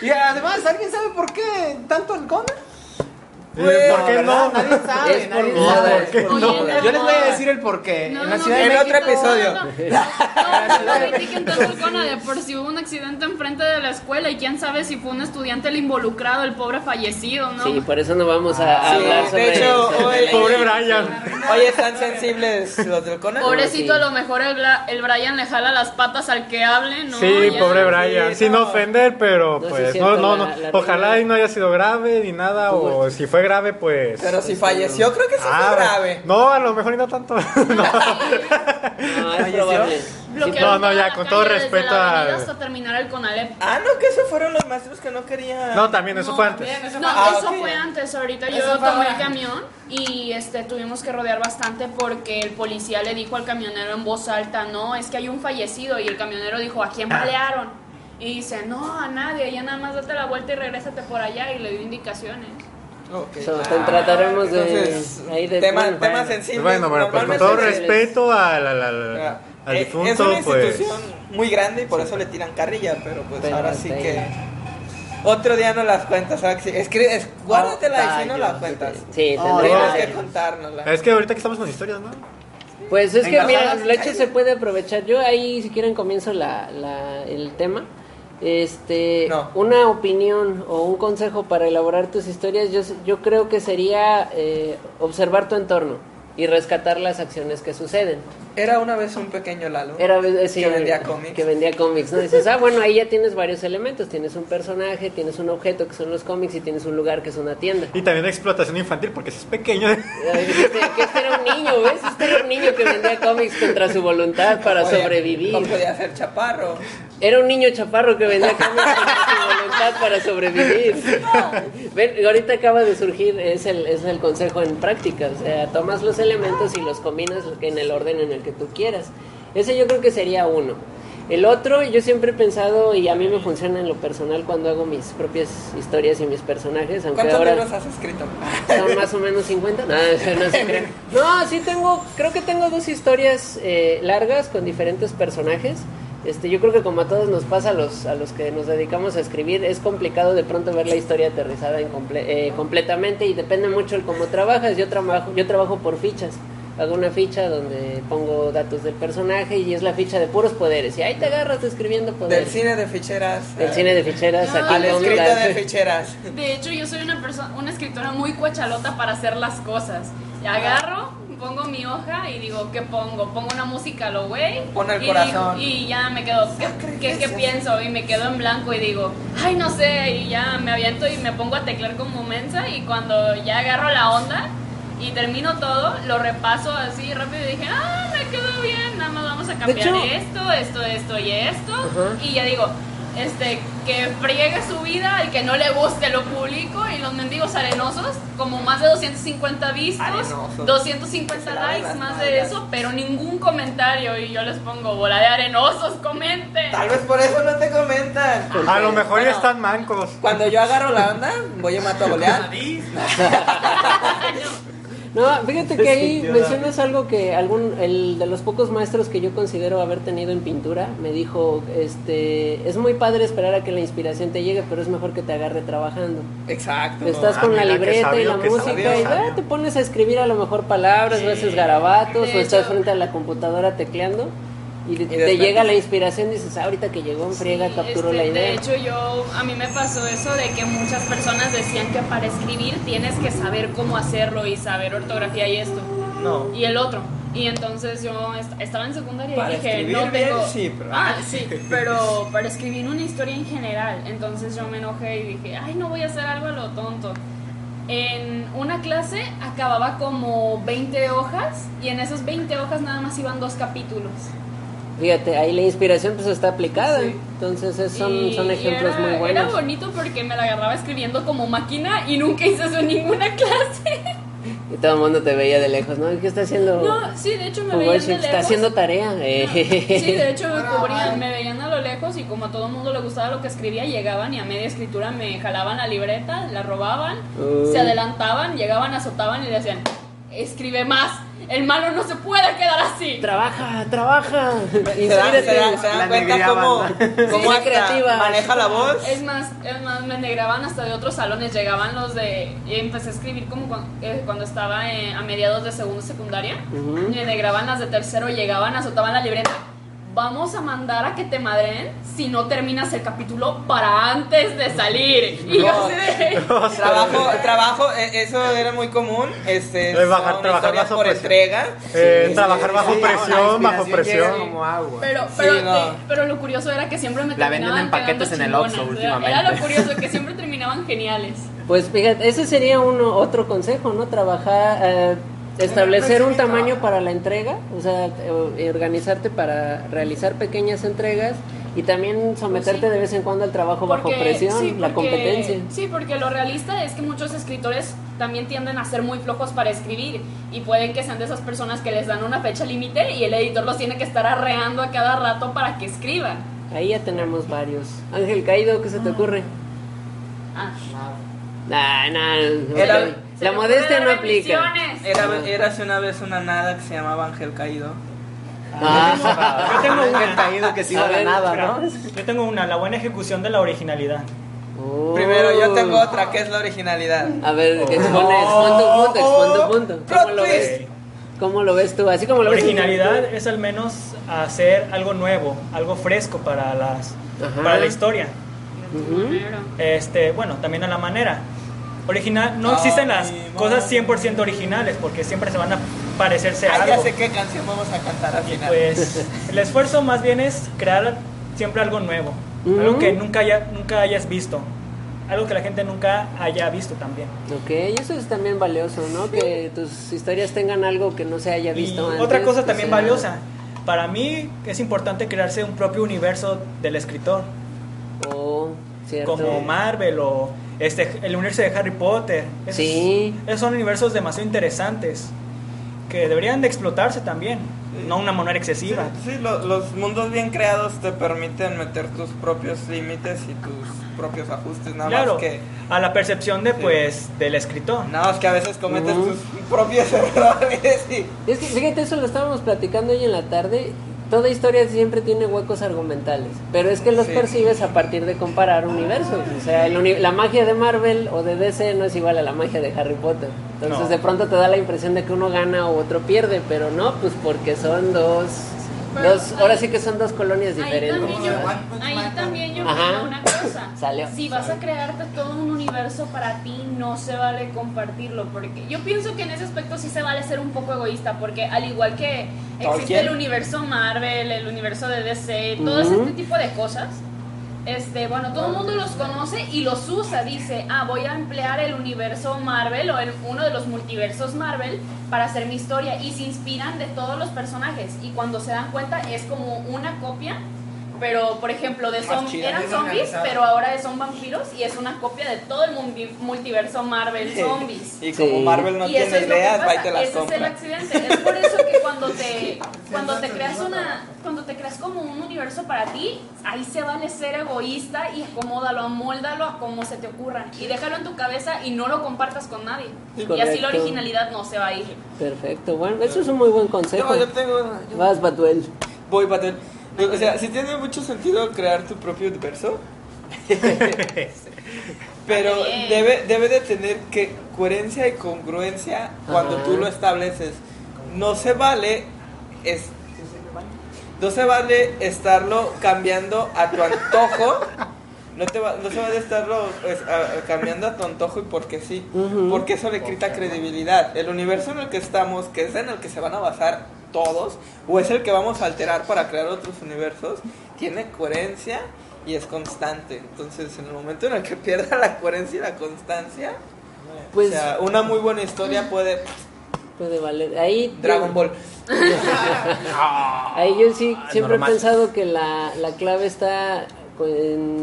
[SPEAKER 6] Y además, ¿alguien sabe por qué tanto el Conan?
[SPEAKER 8] Y yo, ¿Por qué
[SPEAKER 6] ¿verdad?
[SPEAKER 8] no?
[SPEAKER 6] Nadie sabe,
[SPEAKER 7] Es por
[SPEAKER 6] nadie
[SPEAKER 7] moda,
[SPEAKER 6] sabe.
[SPEAKER 7] es por
[SPEAKER 8] Oye,
[SPEAKER 3] moda.
[SPEAKER 5] eh,
[SPEAKER 6] Yo les voy a decir el por qué.
[SPEAKER 3] No,
[SPEAKER 6] en
[SPEAKER 3] no,
[SPEAKER 6] la ciudad
[SPEAKER 3] no,
[SPEAKER 6] de
[SPEAKER 5] En
[SPEAKER 3] no,
[SPEAKER 6] México,
[SPEAKER 5] otro episodio.
[SPEAKER 3] No, no, no, no, no critiquen tanto el Conan, de por si hubo un accidente enfrente de la escuela y quién sabe si fue un estudiante el involucrado, el pobre fallecido, ¿no?
[SPEAKER 7] Sí, por eso no vamos a, a
[SPEAKER 5] Ah, Sí,
[SPEAKER 7] hablar sobre
[SPEAKER 5] de hecho,
[SPEAKER 7] sobre-
[SPEAKER 5] hoy-
[SPEAKER 8] Pobre Brian.
[SPEAKER 5] Oye, ¿están sensibles los del Conan?
[SPEAKER 3] Pobrecito,
[SPEAKER 7] Sí.
[SPEAKER 3] a lo mejor el, Bla- el Brian le jala las patas al que hable, ¿no?
[SPEAKER 8] Sí,
[SPEAKER 3] Ya.
[SPEAKER 8] pobre Brian. Sin ofender, pero
[SPEAKER 7] No, sí
[SPEAKER 8] pues
[SPEAKER 7] siento
[SPEAKER 8] no, no, no.
[SPEAKER 7] la- la
[SPEAKER 8] Ojalá
[SPEAKER 7] pena.
[SPEAKER 8] y no haya sido grave ni nada. O si fue grave, pues.
[SPEAKER 5] Pero si falleció, creo que sí
[SPEAKER 8] Ah,
[SPEAKER 5] fue grave.
[SPEAKER 8] No, a lo mejor y no tanto. No.
[SPEAKER 7] No, es probable.
[SPEAKER 3] Bloquearon
[SPEAKER 8] No, no, ya,
[SPEAKER 3] toda la
[SPEAKER 8] con todo
[SPEAKER 3] calle desde
[SPEAKER 8] respeto
[SPEAKER 3] la avenida
[SPEAKER 8] a-
[SPEAKER 3] hasta terminar el Conalep.
[SPEAKER 5] Ah, no, que esos fueron los maestros que no querían.
[SPEAKER 8] No, también, eso fue antes.
[SPEAKER 3] No,
[SPEAKER 5] Ah,
[SPEAKER 3] eso
[SPEAKER 5] ok.
[SPEAKER 3] fue antes. Ahorita yo
[SPEAKER 5] Eso fue
[SPEAKER 3] tomé
[SPEAKER 5] ahora.
[SPEAKER 3] el camión y este tuvimos que rodear bastante porque el policía le dijo al camionero en voz alta, no, es que hay un fallecido y el camionero dijo, ¿a quién
[SPEAKER 8] Ah.
[SPEAKER 3] balearon? Y dice, no, a nadie, ya nada más date la vuelta y regrésate por allá y le dio indicaciones.
[SPEAKER 5] Ok.
[SPEAKER 7] So, te- pues, trataremos de-
[SPEAKER 5] Entonces,
[SPEAKER 7] ahí de-
[SPEAKER 5] tema,
[SPEAKER 7] bueno,
[SPEAKER 5] temas
[SPEAKER 7] bueno.
[SPEAKER 5] sensibles.
[SPEAKER 8] bueno, bueno, pues con
[SPEAKER 5] normalmente
[SPEAKER 8] todo
[SPEAKER 5] se-
[SPEAKER 7] es-
[SPEAKER 8] respeto al, al,
[SPEAKER 5] o
[SPEAKER 8] al-
[SPEAKER 5] sea,
[SPEAKER 8] al
[SPEAKER 5] eh,
[SPEAKER 8] difunto,
[SPEAKER 5] es una
[SPEAKER 8] pues.
[SPEAKER 5] institución muy grande y por eso le tiran carrilla, pero pues
[SPEAKER 7] Pero
[SPEAKER 5] ahora sí
[SPEAKER 7] sí.
[SPEAKER 5] que. Otro día no las cuentas, ahora sí. Escri- es- guárdatela y si no las cuentas.
[SPEAKER 7] Sí,
[SPEAKER 5] Tienes
[SPEAKER 7] tendremos
[SPEAKER 5] que
[SPEAKER 7] que...
[SPEAKER 5] contárnosla.
[SPEAKER 8] Es que ahorita que estamos con historias, ¿no?
[SPEAKER 7] Pues es que,
[SPEAKER 5] Venga,
[SPEAKER 7] mira,
[SPEAKER 5] vamos.
[SPEAKER 7] la leche se puede aprovechar. Yo ahí, si quieren, comienzo la, la- el tema. Este,
[SPEAKER 5] No.
[SPEAKER 7] una opinión o un consejo para elaborar tus historias, yo, s- yo creo que sería eh, observar tu entorno y rescatar las acciones que suceden.
[SPEAKER 5] Era una vez un pequeño Lalo.
[SPEAKER 7] Era eh, sí,
[SPEAKER 5] Que vendía cómics.
[SPEAKER 7] Que vendía cómics, ¿no? Dices, ah, bueno, ahí ya tienes varios elementos. Tienes un personaje, tienes un objeto que son los cómics y tienes un lugar que es una tienda.
[SPEAKER 8] Y también explotación infantil, porque si es pequeño.
[SPEAKER 7] Ay, dijiste, Que este era un niño, ¿ves? Este era un niño que vendía cómics contra su voluntad para
[SPEAKER 5] Oye, No
[SPEAKER 7] sobrevivir.
[SPEAKER 5] podía ser chaparro.
[SPEAKER 7] Era un niño chaparro que vendía cómics contra su voluntad para sobrevivir. Ven, y ahorita acaba de surgir, es el, es el consejo en práctica. O sea, tomas los elementos y los combinas en el orden en el que tú quieras. Ese yo creo que sería uno. El otro, yo siempre he pensado, y a mí me funciona en lo personal cuando hago mis propias historias y mis personajes, aunque
[SPEAKER 5] ¿Cuántos
[SPEAKER 7] ahora...
[SPEAKER 5] libros has escrito?
[SPEAKER 7] Son más o menos 50. No, no, se crean. No, sí tengo, creo que tengo dos historias eh, largas con diferentes personajes. Este, yo creo que como a todos nos pasa a los, a los que nos dedicamos a escribir, es complicado de pronto ver la historia aterrizada en comple- eh, completamente y depende mucho el cómo trabajas. Yo trabajo, yo trabajo por fichas. Hago una ficha donde pongo datos del personaje y es la ficha de puros poderes. Y ahí te agarras escribiendo
[SPEAKER 5] Del
[SPEAKER 7] poderes.
[SPEAKER 5] cine de ficheras. eh,
[SPEAKER 7] Del cine de ficheras.
[SPEAKER 3] No.
[SPEAKER 7] aquí
[SPEAKER 5] Al
[SPEAKER 7] con
[SPEAKER 5] escrito
[SPEAKER 7] las-
[SPEAKER 5] de ficheras.
[SPEAKER 3] De hecho, yo soy una persona, una escritora muy cuachalota para hacer las cosas. Y agarro, pongo mi hoja y digo, ¿qué pongo? Pongo una música a lo güey.
[SPEAKER 5] Pon el
[SPEAKER 3] y
[SPEAKER 5] corazón.
[SPEAKER 3] digo- y ya me quedo, ¿qué, qué, qué pienso? Y me quedo en blanco y digo, ay, no sé. Y ya me aviento y me pongo a teclear como mensa. Y cuando ya agarro la onda y termino todo, lo repaso así rápido y dije, ah, me quedó bien. Nada más vamos a cambiar ¿eh?"
[SPEAKER 7] hecho-
[SPEAKER 3] esto, esto, esto y esto.
[SPEAKER 7] Ajá.
[SPEAKER 3] Y ya digo, este, que friegue su vida, el que no le guste lo publico y los mendigos arenosos, como más de 250 vistos,
[SPEAKER 5] Arenosos.
[SPEAKER 3] 250
[SPEAKER 5] Que se laven
[SPEAKER 3] likes,
[SPEAKER 5] las
[SPEAKER 3] más de
[SPEAKER 5] nalgas.
[SPEAKER 3] eso, pero ningún comentario y yo les pongo bola de arenosos, comenten.
[SPEAKER 5] Tal vez por eso no te comentan.
[SPEAKER 8] A lo mejor
[SPEAKER 5] Bueno,
[SPEAKER 8] ya están mancos.
[SPEAKER 5] Cuando yo agarro la onda, voy a matar a golear.
[SPEAKER 7] No, fíjate que ahí mencionas algo que algún el de los pocos maestros que yo considero haber tenido en pintura me dijo, este, es muy padre esperar a que la inspiración te llegue, pero es mejor que te agarre trabajando.
[SPEAKER 5] Exacto.
[SPEAKER 7] Estás
[SPEAKER 8] ah,
[SPEAKER 7] con la
[SPEAKER 8] mira, qué
[SPEAKER 7] libreta y
[SPEAKER 8] sabio,
[SPEAKER 7] la
[SPEAKER 8] qué
[SPEAKER 7] música
[SPEAKER 8] sabio,
[SPEAKER 7] y ya
[SPEAKER 8] sabio.
[SPEAKER 7] te pones a escribir a lo mejor palabras, o haces garabatos
[SPEAKER 3] De
[SPEAKER 7] o estás
[SPEAKER 3] hecho.
[SPEAKER 7] frente a la computadora tecleando y, te- te
[SPEAKER 5] repente-
[SPEAKER 7] llega la inspiración y dices, "Ah, ahorita que llegó en friega
[SPEAKER 3] Sí,
[SPEAKER 7] capturo
[SPEAKER 3] este,
[SPEAKER 7] la idea.
[SPEAKER 3] De hecho, yo a mí me pasó eso de que muchas personas decían que para escribir tienes que saber cómo hacerlo y saber ortografía y esto
[SPEAKER 1] No.
[SPEAKER 3] y el otro. Y entonces yo est- estaba en secundaria
[SPEAKER 5] Para
[SPEAKER 3] y dije,
[SPEAKER 5] escribir
[SPEAKER 3] no
[SPEAKER 5] bien,
[SPEAKER 3] tengo
[SPEAKER 5] sí, pero-
[SPEAKER 3] Ah, sí, pero para escribir una historia en general. Entonces yo me enojé y dije, ay, no voy a hacer algo a lo tonto. En una clase acababa como 20 hojas y en esas 20 hojas nada más iban dos capítulos.
[SPEAKER 7] Fíjate, ahí la inspiración pues está aplicada. Entonces es- son,
[SPEAKER 3] Y-
[SPEAKER 7] son
[SPEAKER 3] y
[SPEAKER 7] ejemplos
[SPEAKER 3] era-
[SPEAKER 7] muy buenos.
[SPEAKER 3] Era bonito porque me la agarraba escribiendo como máquina y nunca hice eso en ninguna clase.
[SPEAKER 7] Y todo el mundo te veía de lejos, ¿no? ¿Qué está haciendo?
[SPEAKER 3] No, sí, de hecho me
[SPEAKER 7] Oh. Como
[SPEAKER 3] veían
[SPEAKER 7] si
[SPEAKER 3] de
[SPEAKER 7] está
[SPEAKER 3] lejos.
[SPEAKER 7] haciendo tarea. eh.
[SPEAKER 3] Sí, de hecho me cubrían, me veían a lo consejos y como a todo el mundo le gustaba lo que escribía, llegaban y a media escritura me jalaban la libreta, la robaban,
[SPEAKER 7] Uy.
[SPEAKER 3] se adelantaban, llegaban, azotaban y decían, escribe más, el malo no se puede quedar así.
[SPEAKER 7] Trabaja, trabaja.
[SPEAKER 5] Se dan, se dan- se dan
[SPEAKER 6] La
[SPEAKER 5] cuenta
[SPEAKER 6] negra
[SPEAKER 5] cómo,
[SPEAKER 6] banda.
[SPEAKER 5] cómo
[SPEAKER 7] Sí,
[SPEAKER 5] hasta
[SPEAKER 7] creativa.
[SPEAKER 5] maneja la voz.
[SPEAKER 3] Es más, es más, me negraban hasta de otros salones, llegaban los de... Y empecé a escribir como cuan- eh, cuando, estaba eh, a mediados de segundo secundaria.
[SPEAKER 7] Ujú.
[SPEAKER 3] Me negraban las de tercero, llegaban, azotaban la libreta. Vamos a mandar a que te madren si no terminas el capítulo para antes de salir. Y yo así de...
[SPEAKER 5] Trabajo, trabajo, eh, eso era muy común. Este,
[SPEAKER 8] Eh, bajar-
[SPEAKER 5] son
[SPEAKER 8] trabajar
[SPEAKER 5] historias
[SPEAKER 8] bajo
[SPEAKER 5] por
[SPEAKER 8] presión.
[SPEAKER 5] entrega.
[SPEAKER 8] Eh,
[SPEAKER 5] Sí,
[SPEAKER 8] trabajar
[SPEAKER 5] sí,
[SPEAKER 8] bajo
[SPEAKER 5] sí.
[SPEAKER 8] presión,
[SPEAKER 6] la
[SPEAKER 8] bajo
[SPEAKER 6] inspiración llega
[SPEAKER 8] presión.
[SPEAKER 6] como agua.
[SPEAKER 3] Pero, pero,
[SPEAKER 5] Sí, no.
[SPEAKER 3] te- pero lo curioso era que siempre me
[SPEAKER 6] La
[SPEAKER 3] terminaban
[SPEAKER 6] venden en paquetes
[SPEAKER 3] quedando
[SPEAKER 6] en el Oxxo
[SPEAKER 3] chingonas. Era- Era lo
[SPEAKER 6] últimamente.
[SPEAKER 3] curioso, que siempre terminaban geniales.
[SPEAKER 7] Pues fíjate, ese sería uno, otro consejo, ¿no? Trabajar, eh, establecer un tamaño para la entrega, o sea, eh, organizarte para realizar pequeñas entregas y también someterte
[SPEAKER 3] Pues Sí.
[SPEAKER 7] de vez en cuando al trabajo bajo
[SPEAKER 3] Porque-
[SPEAKER 7] presión,
[SPEAKER 3] sí,
[SPEAKER 7] la
[SPEAKER 3] porque-
[SPEAKER 7] competencia.
[SPEAKER 3] Sí, porque lo realista es que muchos escritores también tienden a ser muy flojos para escribir y pueden que sean de esas personas que les dan una fecha límite y el editor los tiene que estar arreando a cada rato para que escriban.
[SPEAKER 7] Ahí ya tenemos varios. Ángel Caído, ¿qué se te ocurre?
[SPEAKER 3] Ah,
[SPEAKER 7] Nah, nah,
[SPEAKER 5] Era-
[SPEAKER 7] la-
[SPEAKER 3] se
[SPEAKER 7] la
[SPEAKER 3] le
[SPEAKER 7] modestia
[SPEAKER 3] puede
[SPEAKER 7] no
[SPEAKER 3] dar
[SPEAKER 7] aplica.
[SPEAKER 3] bendiciones.
[SPEAKER 5] Era, era hace una vez una nada que se llamaba Ángel Caído.
[SPEAKER 7] Ah,
[SPEAKER 1] Yo tengo una.
[SPEAKER 6] caído que sí
[SPEAKER 7] A
[SPEAKER 6] va
[SPEAKER 7] ver,
[SPEAKER 6] ganada, ¿no?
[SPEAKER 1] Yo tengo una, la buena ejecución de la originalidad.
[SPEAKER 7] oh.
[SPEAKER 5] Primero, yo tengo otra que es la originalidad.
[SPEAKER 7] A ver, expone, expon tu punto, expon tu punto.
[SPEAKER 5] Plot
[SPEAKER 7] ¿Cómo lo ves?
[SPEAKER 5] twist.
[SPEAKER 7] ¿Cómo lo ves tú? Así como lo
[SPEAKER 1] La
[SPEAKER 7] ves.
[SPEAKER 1] originalidad es al menos hacer algo nuevo, algo fresco para, las,
[SPEAKER 7] Ajá.
[SPEAKER 1] para la historia.
[SPEAKER 7] Ujú.
[SPEAKER 1] Este, bueno, también a la manera. Original, no existen las
[SPEAKER 5] Ay,
[SPEAKER 1] cosas 100% originales porque siempre se van a parecerse a
[SPEAKER 5] Ah, ya
[SPEAKER 1] algo.
[SPEAKER 5] sé qué canción vamos a cantar al
[SPEAKER 1] Y
[SPEAKER 5] final.
[SPEAKER 1] pues el esfuerzo más bien es crear siempre algo nuevo,
[SPEAKER 7] Ujú.
[SPEAKER 1] algo que nunca, haya, nunca hayas visto, algo que la gente nunca haya visto también.
[SPEAKER 7] Ok, eso es también valioso, ¿no? Que tus historias tengan algo que no se haya
[SPEAKER 1] Y
[SPEAKER 7] visto antes.
[SPEAKER 1] otra cosa
[SPEAKER 7] que
[SPEAKER 1] también
[SPEAKER 7] sea-
[SPEAKER 1] valiosa, para mí es importante crearse un propio universo del escritor,
[SPEAKER 7] Oh, cierto.
[SPEAKER 1] como Marvel o este, el universo de Harry Potter. Esos-
[SPEAKER 7] Sí.
[SPEAKER 1] esos son universos demasiado interesantes que deberían de explotarse también, no una manera
[SPEAKER 5] Sí,
[SPEAKER 1] excesiva.
[SPEAKER 5] sí, lo- los mundos bien creados te permiten meter tus propios límites y tus propios ajustes, nada
[SPEAKER 1] claro,
[SPEAKER 5] más que
[SPEAKER 1] a la percepción de pues del escritor.
[SPEAKER 5] nada más que a veces cometes
[SPEAKER 7] Ujú.
[SPEAKER 5] tus propios errores y
[SPEAKER 7] Es que, fíjate, eso lo estábamos platicando hoy en la tarde. Toda historia siempre tiene huecos argumentales, pero es que los
[SPEAKER 5] Sí.
[SPEAKER 7] percibes a partir de comparar universos. O sea, el uni- la magia de Marvel o de DC no es igual a la magia de Harry Potter. Entonces,
[SPEAKER 1] No.
[SPEAKER 7] de pronto te da la impresión de que uno gana o otro pierde, pero no, pues porque son dos.
[SPEAKER 3] Pero
[SPEAKER 7] dos ahora sí que son dos colonias
[SPEAKER 3] Ahí
[SPEAKER 7] diferentes.
[SPEAKER 3] también yo, ahí también yo
[SPEAKER 7] Ajá.
[SPEAKER 3] creo una cosa.
[SPEAKER 7] Salió.
[SPEAKER 3] Si vas a crearte todo un universo para ti, no se vale compartirlo. Porque yo pienso que en ese aspecto sí se vale ser un poco egoísta. Porque al igual que existe
[SPEAKER 5] Tolkien.
[SPEAKER 3] el universo Marvel, el universo de DC, todo
[SPEAKER 7] Ujú.
[SPEAKER 3] este tipo de cosas. Este, bueno, todo el mundo los conoce y los usa. Dice, ah, voy a emplear el universo Marvel o el- uno de los multiversos Marvel para hacer mi historia. Y se inspiran de todos los personajes. Y cuando se dan cuenta, es como una copia. Pero, por ejemplo, de
[SPEAKER 6] Más
[SPEAKER 3] zombies
[SPEAKER 6] chida,
[SPEAKER 3] eran
[SPEAKER 6] bien
[SPEAKER 3] zombies,
[SPEAKER 6] organizada.
[SPEAKER 3] pero ahora son vampiros y es una copia de todo el multi- multiverso Marvel zombies.
[SPEAKER 5] y
[SPEAKER 7] Sí.
[SPEAKER 5] como Marvel no
[SPEAKER 3] y eso
[SPEAKER 5] tiene
[SPEAKER 3] es lo que
[SPEAKER 5] ideas, va y
[SPEAKER 3] pasa.
[SPEAKER 5] te las
[SPEAKER 3] Ese es el
[SPEAKER 5] compra.
[SPEAKER 3] accidente. Es por eso que cuando te cuando te creas una cuando te creas como un universo para ti, ahí se vale ser egoísta y acomódalo, amóldalo a como se te ocurra y déjalo en tu cabeza y no lo compartas con nadie.
[SPEAKER 7] Sí,
[SPEAKER 3] Y así la
[SPEAKER 7] correcto.
[SPEAKER 3] originalidad no se va a ir.
[SPEAKER 7] Perfecto, bueno, eso es un muy buen consejo.
[SPEAKER 5] Yo, yo tengo una, yo-
[SPEAKER 7] Vas, Batuel.
[SPEAKER 5] voy Batel. O sea, sí tiene mucho sentido crear tu propio universo. Pero
[SPEAKER 3] También.
[SPEAKER 5] debe, debe de tener que coherencia y congruencia cuando
[SPEAKER 7] Ajá.
[SPEAKER 5] tú lo estableces. No se vale es, no se vale estarlo cambiando a tu antojo. No, te va- no se vale estarlo pues, a- a- cambiando a tu antojo y porque sí.
[SPEAKER 7] Ujú.
[SPEAKER 5] Porque eso le quita credibilidad. El universo en el que estamos, que es en el que se van a basar todos, o es el que vamos a alterar para crear otros universos, tiene coherencia y es constante. Entonces, en el momento en el que pierda la coherencia y la constancia,
[SPEAKER 7] Pues
[SPEAKER 5] o sea, una muy buena historia puede.
[SPEAKER 7] puede valer. Ahí,
[SPEAKER 5] Dragon Ball.
[SPEAKER 7] ahí yo sí siempre
[SPEAKER 8] normal.
[SPEAKER 7] he pensado que la, la clave está en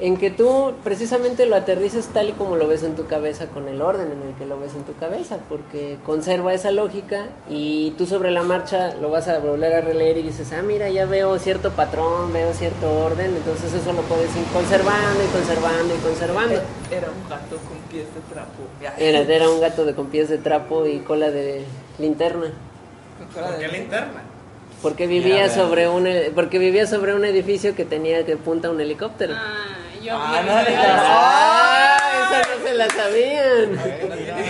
[SPEAKER 7] en que tú precisamente lo aterrizas tal y como lo ves en tu cabeza, con el orden en el que lo ves en tu cabeza, porque conserva esa lógica y tú sobre la marcha lo vas a volver a releer y dices, ah, mira, ya veo cierto patrón, veo cierto orden, entonces eso lo puedes ir conservando y conservando y conservando.
[SPEAKER 5] Era un gato con pies de trapo.
[SPEAKER 7] Era, era un gato de con pies de trapo y cola de linterna.
[SPEAKER 5] Era
[SPEAKER 6] ¿Por qué
[SPEAKER 5] de-
[SPEAKER 6] linterna?
[SPEAKER 7] Porque
[SPEAKER 6] Ya,
[SPEAKER 7] vivía sobre un e- porque vivía sobre un edificio que tenía de punta un helicóptero.
[SPEAKER 3] Ah, yo
[SPEAKER 5] Ah,
[SPEAKER 3] yo-
[SPEAKER 5] no,
[SPEAKER 3] yo-
[SPEAKER 7] ¡Ah! Esa no se la sabían.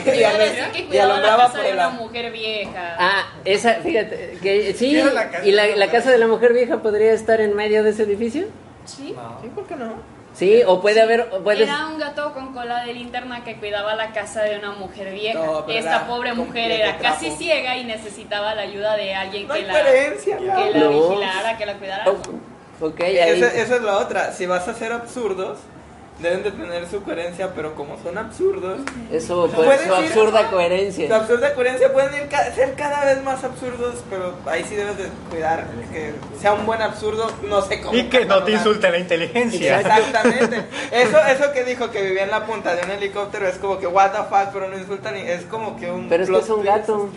[SPEAKER 3] yo
[SPEAKER 5] Y
[SPEAKER 3] iba a
[SPEAKER 5] al-
[SPEAKER 3] decir que
[SPEAKER 5] y
[SPEAKER 3] cuidaba la
[SPEAKER 5] alumbraba
[SPEAKER 3] casa de
[SPEAKER 5] por
[SPEAKER 3] una
[SPEAKER 5] la-
[SPEAKER 3] mujer vieja.
[SPEAKER 7] Ah, esa, fíjate, que sí,
[SPEAKER 6] Era la casa
[SPEAKER 7] y
[SPEAKER 6] de
[SPEAKER 7] la,
[SPEAKER 6] la
[SPEAKER 7] la
[SPEAKER 6] mujer.
[SPEAKER 7] casa de la mujer vieja podría estar en medio de ese edificio.
[SPEAKER 3] Sí.
[SPEAKER 5] Sí, ¿por qué no?
[SPEAKER 7] Sí, o puede haber, o puede-
[SPEAKER 3] Era un gato con cola de linterna que cuidaba la casa de una mujer vieja.
[SPEAKER 5] No, pero
[SPEAKER 3] Esta
[SPEAKER 5] era
[SPEAKER 3] pobre
[SPEAKER 5] con
[SPEAKER 3] mujer
[SPEAKER 5] pie de
[SPEAKER 3] era casi
[SPEAKER 5] trapo.
[SPEAKER 3] ciega y necesitaba la ayuda de alguien
[SPEAKER 5] No
[SPEAKER 3] que
[SPEAKER 5] hay
[SPEAKER 3] la,
[SPEAKER 5] coherencia,
[SPEAKER 3] que la
[SPEAKER 7] No.
[SPEAKER 3] vigilara, que la cuidara.
[SPEAKER 7] o- Oh, ok, ahí-
[SPEAKER 5] Esa, esa es la otra. Si vas a ser absurdos, deben de tener su coherencia, pero como son absurdos,
[SPEAKER 7] eso pues,
[SPEAKER 5] Puedes
[SPEAKER 7] su
[SPEAKER 5] ir-
[SPEAKER 7] absurda
[SPEAKER 5] su
[SPEAKER 7] coherencia.
[SPEAKER 5] absurda coherencia pueden ir ca- ser cada vez más absurdos, pero ahí sí debes de cuidar que sea un buen absurdo, no sé cómo.
[SPEAKER 8] Y que no te
[SPEAKER 5] catalogar.
[SPEAKER 8] insulte la inteligencia.
[SPEAKER 5] Exactamente. Eso, eso que dijo que vivía en la punta de un helicóptero es como que what the fuck, pero no insulta ni. Es como que un.
[SPEAKER 7] Pero es que
[SPEAKER 5] plot
[SPEAKER 7] es un
[SPEAKER 5] twist.
[SPEAKER 7] gato.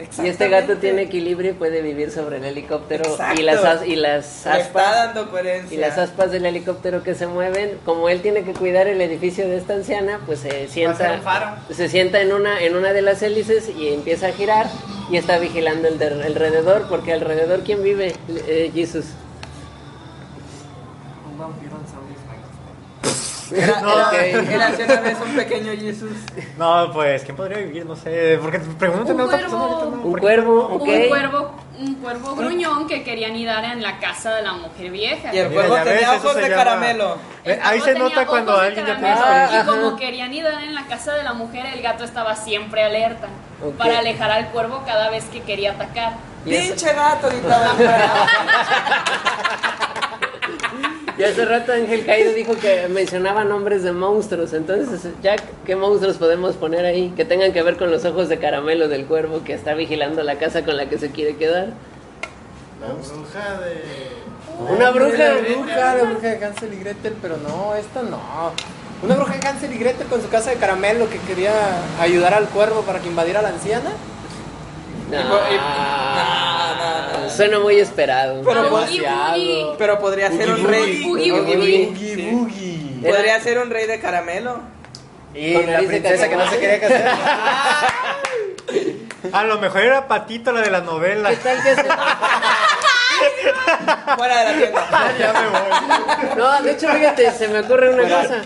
[SPEAKER 7] Y este
[SPEAKER 5] Exactamente.
[SPEAKER 7] gato tiene equilibrio y puede vivir sobre el helicóptero y las as- y las
[SPEAKER 5] Le está
[SPEAKER 7] aspas
[SPEAKER 5] dando coherencia.
[SPEAKER 7] y las aspas del helicóptero que se mueven, como él tiene que cuidar el edificio de esta anciana, pues se
[SPEAKER 6] ser
[SPEAKER 7] sienta
[SPEAKER 6] un faro.
[SPEAKER 7] se sienta en una en una de las hélices y empieza a girar y está vigilando el de- alrededor porque alrededor quién vive Eh, Jesús.
[SPEAKER 6] Un vampiro en Saudi Arabia.
[SPEAKER 5] Era,
[SPEAKER 8] No.
[SPEAKER 5] Ah. era- era hace una vez un pequeño Jesus.
[SPEAKER 8] No, pues, ¿quién podría vivir? No sé. Porque pregúntame a
[SPEAKER 3] Un
[SPEAKER 8] otra persona
[SPEAKER 3] cuervo.
[SPEAKER 8] ahorita, no,
[SPEAKER 7] Un
[SPEAKER 8] porque-
[SPEAKER 7] cuervo, ok.
[SPEAKER 3] Un cuervo, un cuervo gruñón que quería anidar en la casa de la mujer vieja.
[SPEAKER 5] Y el
[SPEAKER 8] Mira,
[SPEAKER 5] cuervo
[SPEAKER 8] ya ves,
[SPEAKER 5] tenía
[SPEAKER 8] eso
[SPEAKER 5] ojos
[SPEAKER 8] se
[SPEAKER 5] de
[SPEAKER 8] llama-
[SPEAKER 5] caramelo.
[SPEAKER 8] Eh,
[SPEAKER 3] El
[SPEAKER 8] Ahí
[SPEAKER 3] gato
[SPEAKER 8] se
[SPEAKER 3] tenía
[SPEAKER 8] nota
[SPEAKER 3] ojos
[SPEAKER 8] cuando
[SPEAKER 3] de
[SPEAKER 8] alguien ya tiene
[SPEAKER 3] caramelo,
[SPEAKER 7] Ah,
[SPEAKER 8] experiencia.
[SPEAKER 3] Y como
[SPEAKER 7] ajá.
[SPEAKER 3] quería anidar en la casa de la mujer, el gato estaba siempre alerta
[SPEAKER 7] Ok.
[SPEAKER 3] para alejar al cuervo cada vez que quería atacar.
[SPEAKER 7] Y hace-
[SPEAKER 5] Pinche gato, ahorita.
[SPEAKER 7] Y hace rato Ángel Caído dijo que mencionaba nombres de monstruos. Entonces, Jack, ¿qué monstruos podemos poner ahí que tengan que ver con los ojos de caramelo del cuervo que está vigilando la casa con la que se quiere quedar?
[SPEAKER 2] La bruja de.
[SPEAKER 7] Una bruja.
[SPEAKER 6] La bruja, la bruja de Hansel y Gretel, pero no, esta no. Una bruja de Hansel y Gretel con su casa de caramelo que quería ayudar al cuervo para que invadiera a la anciana.
[SPEAKER 7] No.
[SPEAKER 5] "Eh, No, no, no.
[SPEAKER 7] Ah, Suena muy esperado.
[SPEAKER 5] Pero
[SPEAKER 3] Boogie,
[SPEAKER 7] Demasiado.
[SPEAKER 3] boogie.
[SPEAKER 5] Pero podría ser un rey.
[SPEAKER 3] Boogie, boogie,
[SPEAKER 5] Boogie,
[SPEAKER 6] Boogie,
[SPEAKER 5] Ah, sí.
[SPEAKER 6] boogie.
[SPEAKER 5] Podría ser un rey de caramelo.
[SPEAKER 6] Y
[SPEAKER 7] Con
[SPEAKER 6] la
[SPEAKER 7] nariz de
[SPEAKER 6] princesa que no se
[SPEAKER 7] cacahuate.
[SPEAKER 6] quería casar.
[SPEAKER 8] A lo mejor era Patito la de la novela.
[SPEAKER 7] ¿Qué tal que se-
[SPEAKER 5] Fuera de la
[SPEAKER 7] Ah,
[SPEAKER 5] tienda.
[SPEAKER 8] Ya me voy.
[SPEAKER 7] No, de hecho, fíjate, se me ocurre una cosa.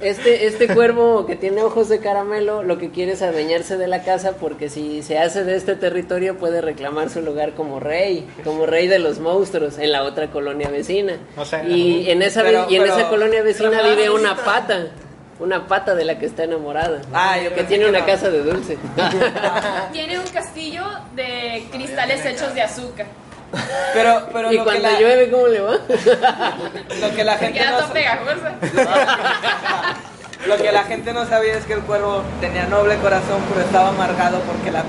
[SPEAKER 7] Este, este cuervo que tiene ojos de caramelo, lo que quiere es adueñarse de la casa porque si se hace de este territorio puede reclamar su lugar como rey, como rey de los monstruos en la otra colonia vecina.
[SPEAKER 8] O sea,
[SPEAKER 7] y en esa, vi-
[SPEAKER 5] pero-
[SPEAKER 7] y en
[SPEAKER 5] pero-
[SPEAKER 7] esa colonia vecina
[SPEAKER 5] pero-
[SPEAKER 7] vive una pata, una pata de la que está enamorada,
[SPEAKER 5] Ah, yo
[SPEAKER 7] que
[SPEAKER 5] pensé
[SPEAKER 7] tiene
[SPEAKER 5] que
[SPEAKER 7] una
[SPEAKER 5] no. Ah,
[SPEAKER 7] casa de dulce.
[SPEAKER 3] Tiene un castillo de cristales hechos de azúcar.
[SPEAKER 5] Pero, pero
[SPEAKER 7] y
[SPEAKER 5] lo, que
[SPEAKER 7] cuando
[SPEAKER 5] la,
[SPEAKER 7] llueve, ¿cómo le va?
[SPEAKER 5] lo que la
[SPEAKER 3] Se
[SPEAKER 5] gente
[SPEAKER 3] queda
[SPEAKER 5] no
[SPEAKER 3] toda pegajosa.
[SPEAKER 5] Lo que la gente no sabía es que el cuervo tenía noble corazón, pero estaba amargado porque la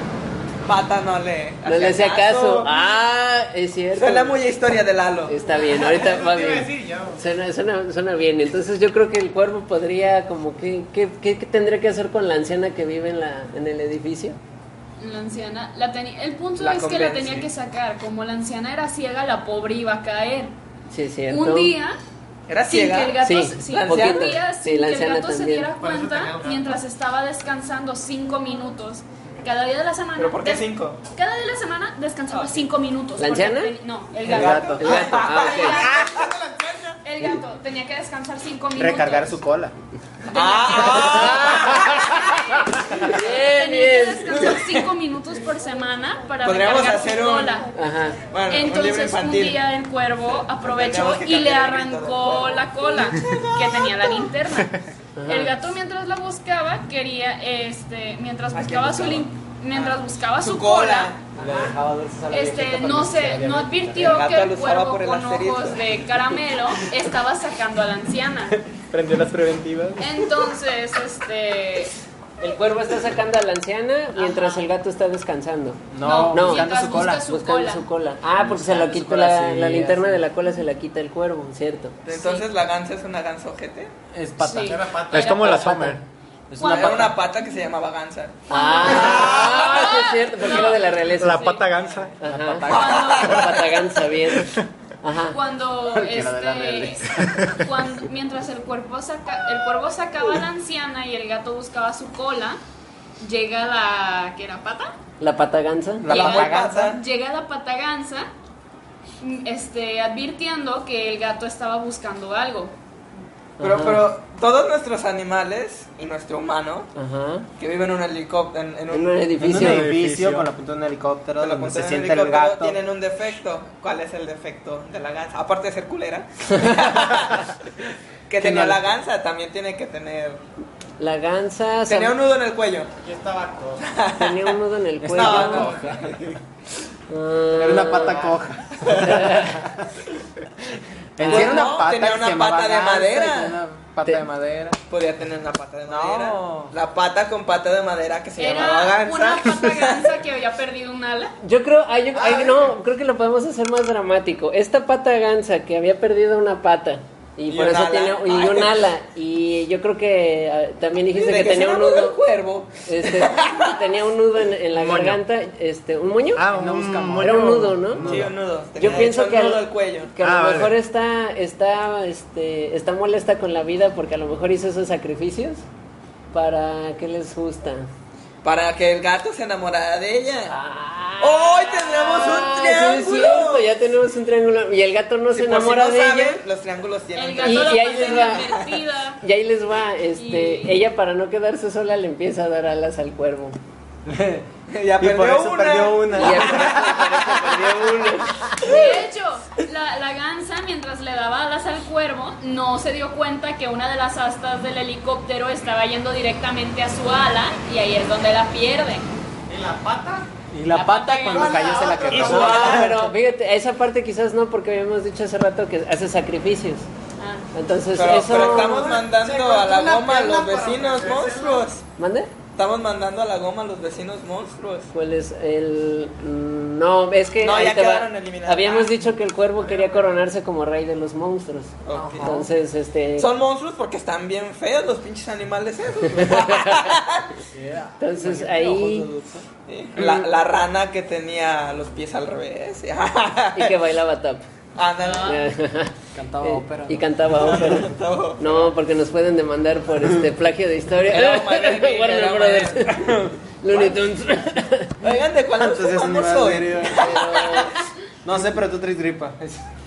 [SPEAKER 5] pata no le
[SPEAKER 7] No le hacía caso. Ah, es cierto.
[SPEAKER 5] Suena muy a historia de Lalo.
[SPEAKER 7] Está bien, ahorita va
[SPEAKER 6] Te iba a
[SPEAKER 7] bien.
[SPEAKER 6] decir, ya.
[SPEAKER 7] Suena, suena, suena bien, entonces yo creo que el cuervo podría como que, ¿qué, qué, qué tendría que hacer con la anciana que vive en, la, en el edificio?
[SPEAKER 3] La anciana, la teni- el punto
[SPEAKER 5] La
[SPEAKER 3] es que la
[SPEAKER 5] convence.
[SPEAKER 3] tenía que sacar. Como la anciana era ciega, la pobre iba a caer.
[SPEAKER 7] Sí, es cierto.
[SPEAKER 3] Un día,
[SPEAKER 5] Era
[SPEAKER 3] sin que el
[SPEAKER 5] ciega.
[SPEAKER 3] gato,
[SPEAKER 7] Sí,
[SPEAKER 3] sí,
[SPEAKER 5] la
[SPEAKER 3] un
[SPEAKER 5] anciana.
[SPEAKER 3] día,
[SPEAKER 7] Sí,
[SPEAKER 3] sin
[SPEAKER 7] la
[SPEAKER 3] que el
[SPEAKER 7] anciana
[SPEAKER 3] gato se
[SPEAKER 7] también.
[SPEAKER 3] diera
[SPEAKER 6] Por eso tenía
[SPEAKER 3] cuenta,
[SPEAKER 6] un gato.
[SPEAKER 3] mientras estaba descansando cinco minutos cada día de la semana.
[SPEAKER 5] ¿Pero por qué
[SPEAKER 3] des-
[SPEAKER 5] cinco?
[SPEAKER 3] Cada día de la semana descansaba cinco minutos.
[SPEAKER 7] ¿La
[SPEAKER 3] porque
[SPEAKER 7] anciana?
[SPEAKER 3] ten- No, el
[SPEAKER 7] El
[SPEAKER 3] gato.
[SPEAKER 7] gato. El gato. Ah,
[SPEAKER 3] El gato tenía que descansar cinco minutos.
[SPEAKER 6] Recargar su cola.
[SPEAKER 5] Ah,
[SPEAKER 7] ok. Bien,
[SPEAKER 3] Tenía que
[SPEAKER 7] bien.
[SPEAKER 3] descansar cinco minutos por semana para
[SPEAKER 5] Podríamos
[SPEAKER 3] recargar
[SPEAKER 5] hacer
[SPEAKER 3] su
[SPEAKER 5] un-
[SPEAKER 3] cola.
[SPEAKER 7] Ajá.
[SPEAKER 5] Bueno, un libro
[SPEAKER 3] Entonces un
[SPEAKER 5] infantil.
[SPEAKER 3] día el cuervo aprovechó
[SPEAKER 5] Tendríamos que
[SPEAKER 3] y le
[SPEAKER 5] cambiar el grito del
[SPEAKER 3] arrancó
[SPEAKER 5] cuervo.
[SPEAKER 3] la cola que tenía la linterna. El gato mientras la buscaba quería este mientras
[SPEAKER 5] ¿A quién
[SPEAKER 3] buscaba su
[SPEAKER 5] buscaba?
[SPEAKER 3] lin- mientras buscaba
[SPEAKER 5] Ah. Su
[SPEAKER 3] su
[SPEAKER 5] cola.
[SPEAKER 3] cola
[SPEAKER 6] Le dejaba dulces a la
[SPEAKER 3] este
[SPEAKER 6] viejita
[SPEAKER 3] no
[SPEAKER 6] porque
[SPEAKER 3] se
[SPEAKER 6] había
[SPEAKER 3] no
[SPEAKER 6] metido.
[SPEAKER 3] advirtió
[SPEAKER 5] El gato
[SPEAKER 3] que el
[SPEAKER 5] lo usaba
[SPEAKER 3] cuervo
[SPEAKER 5] por el
[SPEAKER 3] con
[SPEAKER 5] asterisco.
[SPEAKER 3] ojos de caramelo estaba sacando a la anciana.
[SPEAKER 1] Prendió las preventivas.
[SPEAKER 3] Entonces, este
[SPEAKER 7] El cuervo está sacando a la anciana mientras
[SPEAKER 3] Ajá.
[SPEAKER 7] el gato está descansando.
[SPEAKER 3] No,
[SPEAKER 6] No,
[SPEAKER 7] no.
[SPEAKER 6] buscando
[SPEAKER 3] mientras
[SPEAKER 6] su cola.
[SPEAKER 3] buscas su
[SPEAKER 7] buscando
[SPEAKER 3] cola.
[SPEAKER 7] su cola. Ah, porque se
[SPEAKER 6] Buscando
[SPEAKER 7] lo
[SPEAKER 6] su
[SPEAKER 7] quita
[SPEAKER 6] cola,
[SPEAKER 7] la,
[SPEAKER 6] sí,
[SPEAKER 7] la linterna
[SPEAKER 6] así.
[SPEAKER 7] de la cola, se la quita el cuervo, ¿cierto?
[SPEAKER 5] Entonces la gansa es una gansa ojete.
[SPEAKER 6] Es pata.
[SPEAKER 3] Sí.
[SPEAKER 6] Era pata.
[SPEAKER 8] Es como la
[SPEAKER 7] pata.
[SPEAKER 8] Summer.
[SPEAKER 6] Es
[SPEAKER 5] Era
[SPEAKER 6] una pata.
[SPEAKER 5] una pata que se llamaba gansa.
[SPEAKER 7] Ah, sí es cierto, porque era de la realeza.
[SPEAKER 8] La pata gansa.
[SPEAKER 7] Ajá.
[SPEAKER 6] La pata.
[SPEAKER 7] La
[SPEAKER 3] Cuando,
[SPEAKER 7] pataganza, bien. Ajá.
[SPEAKER 3] cuando
[SPEAKER 6] Porque era de la
[SPEAKER 3] este cuando, mientras el cuervo saca el cuervo sacaba a la anciana y el gato buscaba su cola, llega la que era pata,
[SPEAKER 7] La pataganza.
[SPEAKER 6] La
[SPEAKER 3] Llega-
[SPEAKER 6] pataganza.
[SPEAKER 3] llega la pataganza mm, este advirtiendo que el gato estaba buscando algo.
[SPEAKER 5] Pero,
[SPEAKER 7] Ajá.
[SPEAKER 5] pero todos nuestros animales y nuestro humano
[SPEAKER 7] Ajá.
[SPEAKER 5] que viven en un helicóptero, en, en un,
[SPEAKER 7] En un
[SPEAKER 6] En un
[SPEAKER 7] edificio.
[SPEAKER 6] edificio
[SPEAKER 8] edificio.
[SPEAKER 6] con la punta de un helicóptero
[SPEAKER 5] con la
[SPEAKER 6] donde
[SPEAKER 5] punta
[SPEAKER 6] se
[SPEAKER 5] de un
[SPEAKER 6] sienta el
[SPEAKER 5] helicóptero,
[SPEAKER 6] gato.
[SPEAKER 5] tienen un defecto. ¿Cuál es el defecto de la gansa? Aparte de ser culera. que tenía
[SPEAKER 6] no-
[SPEAKER 5] la gansa, también tiene que tener.
[SPEAKER 7] La ganza sab-
[SPEAKER 5] Tenía un nudo en el cuello.
[SPEAKER 2] Aquí estaba coja.
[SPEAKER 7] tenía un nudo en el cuello.
[SPEAKER 5] Estaba
[SPEAKER 6] coja.
[SPEAKER 7] Ah.
[SPEAKER 6] Era una pata coja. En sí
[SPEAKER 5] Pues
[SPEAKER 6] era una
[SPEAKER 5] no,
[SPEAKER 6] pata
[SPEAKER 5] tenía
[SPEAKER 6] que
[SPEAKER 5] una
[SPEAKER 6] se llamaba
[SPEAKER 5] pata de
[SPEAKER 6] gansa,
[SPEAKER 5] madera.
[SPEAKER 6] y tenía Una pata
[SPEAKER 7] Te-
[SPEAKER 6] de madera.
[SPEAKER 5] Podía tener una pata de madera.
[SPEAKER 6] No.
[SPEAKER 5] La pata con pata de madera que se llamaba
[SPEAKER 3] Era
[SPEAKER 5] gansa.
[SPEAKER 3] una pataganza que había perdido un ala.
[SPEAKER 7] Yo creo, ay, yo- ay, no, creo que lo podemos hacer más dramático. Esta pata gansa que había perdido una pata y,
[SPEAKER 5] Y
[SPEAKER 7] por
[SPEAKER 5] un
[SPEAKER 7] eso
[SPEAKER 5] ala.
[SPEAKER 7] tiene y
[SPEAKER 5] Ay.
[SPEAKER 7] un ala y yo creo que ah, también dijiste
[SPEAKER 5] Desde que
[SPEAKER 7] que, tenía
[SPEAKER 5] se
[SPEAKER 7] un
[SPEAKER 5] enamoró del
[SPEAKER 7] nudo,
[SPEAKER 5] cuervo.
[SPEAKER 7] este, tenía un nudo en, en la
[SPEAKER 8] Un moño.
[SPEAKER 7] garganta, este, un moño.
[SPEAKER 8] Ah,
[SPEAKER 6] No
[SPEAKER 8] un,
[SPEAKER 6] buscamos.
[SPEAKER 7] Era un nudo, ¿no?
[SPEAKER 5] Sí, un nudo. Tenía
[SPEAKER 7] Yo pienso
[SPEAKER 5] hecho
[SPEAKER 7] que
[SPEAKER 5] un nudo
[SPEAKER 7] al,
[SPEAKER 5] al cuello.
[SPEAKER 7] que a
[SPEAKER 8] Ah,
[SPEAKER 7] lo
[SPEAKER 8] vale.
[SPEAKER 7] mejor está, está, este, está molesta con la vida porque a lo mejor hizo esos sacrificios para que les gusta.
[SPEAKER 5] Para que el gato se enamorara de ella.
[SPEAKER 7] ¡Hoy
[SPEAKER 5] tendremos un
[SPEAKER 7] Ah, Sí,
[SPEAKER 5] triángulo!
[SPEAKER 7] es cierto, ya tenemos un triángulo. Y el gato no
[SPEAKER 5] Si
[SPEAKER 7] se
[SPEAKER 5] por si
[SPEAKER 7] enamora
[SPEAKER 5] no
[SPEAKER 7] de
[SPEAKER 5] saben,
[SPEAKER 7] ella.
[SPEAKER 5] Los triángulos tienen
[SPEAKER 3] El
[SPEAKER 7] Y-
[SPEAKER 3] gato
[SPEAKER 7] y
[SPEAKER 3] la
[SPEAKER 7] ahí les va.
[SPEAKER 3] pasó divertida.
[SPEAKER 7] Y ahí les va, este,
[SPEAKER 3] Y-
[SPEAKER 7] ella para no quedarse sola le empieza a dar alas al cuervo.
[SPEAKER 5] Ya
[SPEAKER 6] y por
[SPEAKER 5] perdió
[SPEAKER 6] eso
[SPEAKER 5] una.
[SPEAKER 6] perdió una.
[SPEAKER 7] Y al cuervo le perdió uno.
[SPEAKER 3] De hecho, la, la gansa, mientras le daba alas al cuervo, no se dio cuenta que una de las astas del helicóptero estaba yendo directamente a su ala y ahí es donde la pierde.
[SPEAKER 2] ¿Y la pata?
[SPEAKER 6] Y la pata cuando cayó se la
[SPEAKER 7] Ah,
[SPEAKER 6] quebró.
[SPEAKER 7] pero fíjate, esa parte quizás no, porque habíamos dicho hace rato que hace sacrificios.
[SPEAKER 3] Ah,
[SPEAKER 7] Entonces,
[SPEAKER 5] Pero,
[SPEAKER 7] eso.
[SPEAKER 5] pero estamos
[SPEAKER 2] Se
[SPEAKER 5] mandando
[SPEAKER 2] cortó
[SPEAKER 5] a la
[SPEAKER 2] la
[SPEAKER 5] goma a
[SPEAKER 2] pierna para
[SPEAKER 5] los
[SPEAKER 7] pues
[SPEAKER 5] vecinos
[SPEAKER 2] ofrecérselo.
[SPEAKER 5] monstruos.
[SPEAKER 7] ¿Mande?
[SPEAKER 5] Estamos mandando a la goma a los vecinos monstruos.
[SPEAKER 7] ¿Cuál es el.? mm, No, es que.
[SPEAKER 5] No,
[SPEAKER 7] ahí
[SPEAKER 5] ya
[SPEAKER 7] te va.
[SPEAKER 5] quedaron eliminados.
[SPEAKER 7] Habíamos
[SPEAKER 5] Ah.
[SPEAKER 7] dicho que el cuervo quería coronarse como rey de los monstruos.
[SPEAKER 5] Ok.
[SPEAKER 7] Entonces, este.
[SPEAKER 5] Son monstruos porque están bien feos los pinches animales esos. güey.
[SPEAKER 7] Entonces, ahí.
[SPEAKER 5] Sí. la, la rana que tenía los pies al revés.
[SPEAKER 7] Y Ah. que bailaba tap.
[SPEAKER 5] Ándale.
[SPEAKER 6] Cantaba
[SPEAKER 7] Eh,
[SPEAKER 6] ópera.
[SPEAKER 7] Y
[SPEAKER 6] ¿no?
[SPEAKER 7] cantaba ópera.
[SPEAKER 5] Todo.
[SPEAKER 7] No, porque nos pueden demandar por este plagio de historia.
[SPEAKER 5] Era Omar Baby,
[SPEAKER 7] Warner
[SPEAKER 5] era
[SPEAKER 7] Brothers. Looney Tunes.
[SPEAKER 5] Oigan, ¿de cuándo
[SPEAKER 6] Entonces no
[SPEAKER 5] fumamos
[SPEAKER 6] me
[SPEAKER 5] hoy?
[SPEAKER 6] serio, No sé, pero tú traes gripa.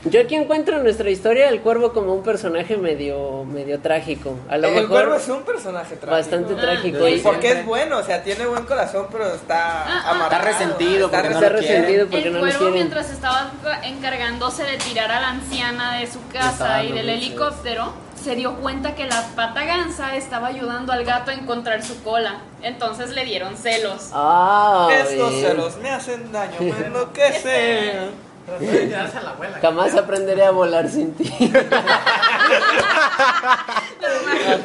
[SPEAKER 7] Yo aquí encuentro en nuestra historia al cuervo como un personaje medio, medio trágico. A lo
[SPEAKER 5] el
[SPEAKER 7] mejor
[SPEAKER 5] cuervo es un personaje trágico.
[SPEAKER 7] bastante
[SPEAKER 3] Ah,
[SPEAKER 7] trágico.
[SPEAKER 6] sí,
[SPEAKER 7] y-
[SPEAKER 5] Porque es
[SPEAKER 6] Siempre.
[SPEAKER 5] bueno, o sea, tiene buen corazón, pero
[SPEAKER 3] Ah,
[SPEAKER 5] está
[SPEAKER 3] ah.
[SPEAKER 5] amargado.
[SPEAKER 6] Está resentido
[SPEAKER 5] Está
[SPEAKER 6] porque no
[SPEAKER 7] está
[SPEAKER 6] lo quieren.
[SPEAKER 7] resentido porque
[SPEAKER 3] El
[SPEAKER 7] no nos
[SPEAKER 3] cuervo,
[SPEAKER 7] quieren.
[SPEAKER 3] mientras estaba encargándose de tirar a la anciana de su casa
[SPEAKER 6] Estaba
[SPEAKER 3] y del
[SPEAKER 6] dando besos.
[SPEAKER 3] helicóptero, se dio cuenta que la pata gansa estaba ayudando al gato a encontrar su cola. Entonces le dieron celos.
[SPEAKER 7] Ah,
[SPEAKER 5] Estos
[SPEAKER 7] bien.
[SPEAKER 5] celos me hacen daño, me enloquecen.
[SPEAKER 2] Trató de tirarse a la abuela.
[SPEAKER 7] Jamás aprenderé a volar sin ti.
[SPEAKER 5] Las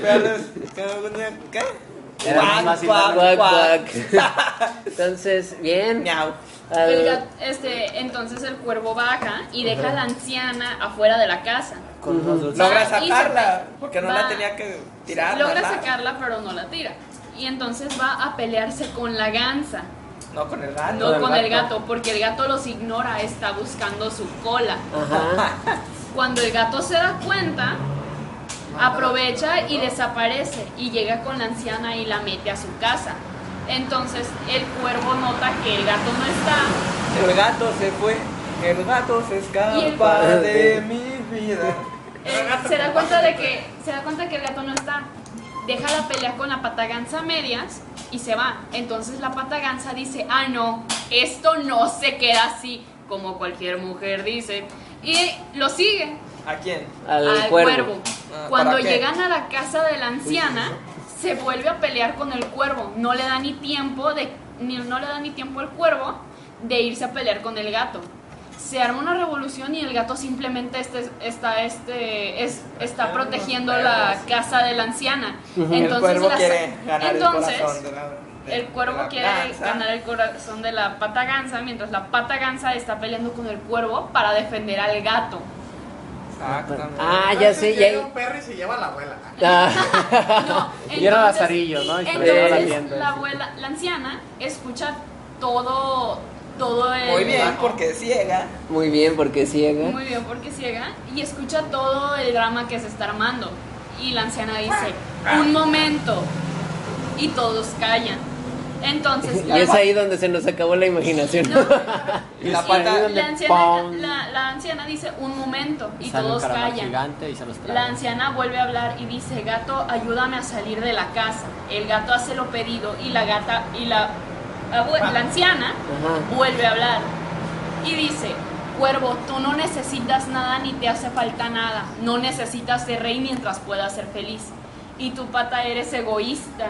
[SPEAKER 5] peores que algún día- ¿Qué?
[SPEAKER 6] Era
[SPEAKER 5] Cuac,
[SPEAKER 6] más y
[SPEAKER 5] cuac,
[SPEAKER 7] Cuac,
[SPEAKER 5] cuac.
[SPEAKER 7] cuac. Entonces, bien.
[SPEAKER 5] Miau.
[SPEAKER 7] Al-
[SPEAKER 3] El gat- este, entonces el cuervo baja y deja a la anciana afuera de la casa.
[SPEAKER 6] Con los dulces.
[SPEAKER 5] Logra
[SPEAKER 3] y se
[SPEAKER 5] sacarla,
[SPEAKER 3] fue.
[SPEAKER 5] porque no
[SPEAKER 3] Va.
[SPEAKER 5] la tenía que tirar.
[SPEAKER 3] Logra
[SPEAKER 5] matar.
[SPEAKER 3] sacarla, pero no la tira. Y entonces va a pelearse con la gansa,
[SPEAKER 5] No con el gato.
[SPEAKER 3] no
[SPEAKER 6] del
[SPEAKER 3] con el
[SPEAKER 6] gato.
[SPEAKER 3] gato, porque el gato los ignora, está buscando su cola.
[SPEAKER 7] Ajá.
[SPEAKER 3] Cuando el gato se da cuenta, aprovecha y desaparece y llega con la anciana y la mete a su casa. Entonces el cuervo nota que el gato no está
[SPEAKER 5] El gato se fue. El gato se
[SPEAKER 3] Y
[SPEAKER 5] escapa
[SPEAKER 3] el-
[SPEAKER 5] de mi vida.
[SPEAKER 3] Eh, se da cuenta de que se da cuenta que el gato no está deja la pelea con la pataganza a medias y se va entonces la pataganza dice ah no esto no se queda así como cualquier mujer dice y lo sigue
[SPEAKER 5] ¿A quién?
[SPEAKER 7] Al,
[SPEAKER 3] al
[SPEAKER 7] cuervo.
[SPEAKER 3] cuervo.
[SPEAKER 5] Ah,
[SPEAKER 3] Cuando
[SPEAKER 5] ¿para qué?
[SPEAKER 3] llegan a la casa de la anciana, se vuelve a pelear con el cuervo. No le da ni tiempo de ni- no le da ni tiempo al cuervo de irse a pelear con el gato. se arma una revolución y el gato simplemente este, está, este, es, está protegiendo la casa de la anciana.
[SPEAKER 5] el cuervo
[SPEAKER 3] la-
[SPEAKER 5] quiere ganar
[SPEAKER 3] entonces,
[SPEAKER 5] el corazón de la- de-
[SPEAKER 3] el
[SPEAKER 5] de
[SPEAKER 3] cuervo
[SPEAKER 5] la
[SPEAKER 3] quiere
[SPEAKER 5] danza.
[SPEAKER 3] ganar el corazón de la pata gansa, mientras la pata gansa está peleando con el cuervo para defender al gato.
[SPEAKER 5] Exactamente.
[SPEAKER 7] Ah, ya sé, ya.
[SPEAKER 2] Llega un perro y se lleva a la abuela.
[SPEAKER 7] Ah,
[SPEAKER 3] No,
[SPEAKER 6] Y era
[SPEAKER 3] entonces-
[SPEAKER 6] Lazarillo, ¿no? Y se lo
[SPEAKER 3] entonces
[SPEAKER 7] llevaba a
[SPEAKER 3] la,
[SPEAKER 7] la
[SPEAKER 6] tienda, sí.
[SPEAKER 3] abuela, la anciana, escucha todo, todo el...
[SPEAKER 5] Muy bien, porque es ciega.
[SPEAKER 7] muy bien, porque ciega.
[SPEAKER 3] Muy bien, porque ciega. Y escucha todo el drama que se está armando. Y la anciana dice, un momento. Y todos callan. Entonces...
[SPEAKER 7] Y es ahí donde se nos acabó la imaginación.
[SPEAKER 3] No,
[SPEAKER 5] Y la pata.
[SPEAKER 3] y la, anciana, la- la anciana dice un momento y
[SPEAKER 6] Sale un
[SPEAKER 3] todos
[SPEAKER 6] caracol
[SPEAKER 3] callan.
[SPEAKER 6] gigante y se los traga.
[SPEAKER 3] La anciana vuelve a hablar y dice, gato, ayúdame a salir de la casa. El gato hace lo pedido y la gata y la, abue- la anciana
[SPEAKER 7] Ajá.
[SPEAKER 3] vuelve a hablar y dice, cuervo, tú no necesitas nada ni te hace falta nada. No necesitas de rey mientras puedas ser feliz. Y tu pata eres egoísta.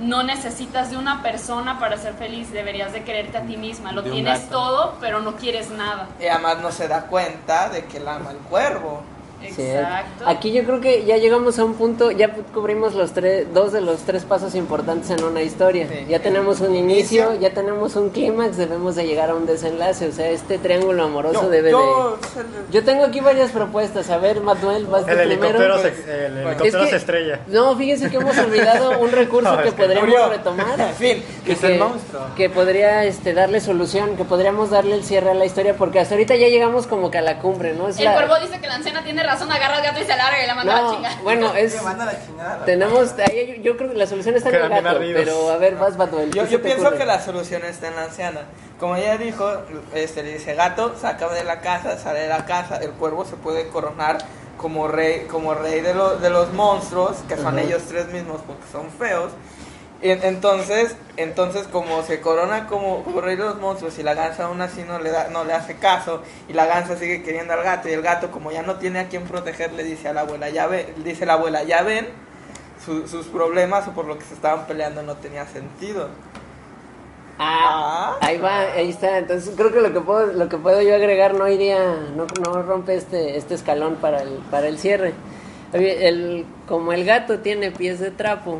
[SPEAKER 3] No necesitas de una persona para ser feliz, deberías de quererte a ti misma. Lo
[SPEAKER 6] De un
[SPEAKER 3] tienes
[SPEAKER 6] gato.
[SPEAKER 3] todo, pero no quieres nada.
[SPEAKER 5] Y además no se da cuenta de que la ama el cuervo.
[SPEAKER 7] Cierto.
[SPEAKER 3] Exacto.
[SPEAKER 7] Aquí yo creo que ya llegamos a un punto, ya cubrimos los tres, dos de los tres pasos importantes en una historia.
[SPEAKER 5] Sí.
[SPEAKER 7] Ya tenemos un inicio,
[SPEAKER 5] Inicio.
[SPEAKER 7] ya tenemos un clímax, debemos de llegar a un desenlace. O sea, este triángulo amoroso
[SPEAKER 5] Yo-
[SPEAKER 7] debe
[SPEAKER 5] yo-
[SPEAKER 7] de. Yo tengo aquí varias propuestas. A ver, Manuel, vas tú
[SPEAKER 8] El helicóptero,
[SPEAKER 7] primero.
[SPEAKER 8] se,
[SPEAKER 5] pues,
[SPEAKER 8] el
[SPEAKER 5] pues,
[SPEAKER 8] helicóptero
[SPEAKER 7] Es que-
[SPEAKER 8] se estrella.
[SPEAKER 7] No, fíjense que hemos olvidado un recurso
[SPEAKER 8] No, es
[SPEAKER 7] que
[SPEAKER 8] que
[SPEAKER 7] podríamos
[SPEAKER 5] murió.
[SPEAKER 7] retomar.
[SPEAKER 5] En fin,
[SPEAKER 7] Y
[SPEAKER 6] que es el monstruo.
[SPEAKER 7] Que podría este, darle solución, que podríamos darle el cierre a la historia, porque hasta ahorita ya llegamos como que a la cumbre, ¿no? Es
[SPEAKER 3] El
[SPEAKER 7] la-
[SPEAKER 3] cuervo dice que la anciana tiene razón, agarra al gato y se larga y la manda a la
[SPEAKER 7] No,
[SPEAKER 3] chingada.
[SPEAKER 7] bueno, es.
[SPEAKER 5] Me manda la chingada.
[SPEAKER 7] Tenemos, ahí yo, yo creo que la solución está en el
[SPEAKER 8] Quedan bien
[SPEAKER 7] gato,
[SPEAKER 8] ardidos.
[SPEAKER 7] pero a ver, vas, Batuel.
[SPEAKER 5] Yo,
[SPEAKER 7] ¿qué se
[SPEAKER 5] yo
[SPEAKER 7] te
[SPEAKER 5] pienso
[SPEAKER 7] ocurre?
[SPEAKER 5] que la solución está en la anciana. Como ella dijo, este, le dice gato, sácame de la casa, sale de la casa. El cuervo se puede coronar como rey, como rey de, lo- de los monstruos, que son
[SPEAKER 7] Ajá.
[SPEAKER 5] ellos tres mismos porque son feos. Y en- entonces, entonces como se corona como, como rey de los monstruos y la gansa aún así no le da, no le hace caso y la gansa sigue queriendo al gato y el gato como ya no tiene a quien proteger le dice a la abuela ya ve, dice la abuela ya ven su- sus problemas o por lo que se estaban peleando no tenía sentido.
[SPEAKER 7] Ah,
[SPEAKER 5] Ah.
[SPEAKER 7] ahí va, ahí está. Entonces creo que lo que puedo, lo que puedo yo agregar no iría, no, no rompe este, este escalón para el, para el cierre. Oye, el- como el gato tiene pies de trapo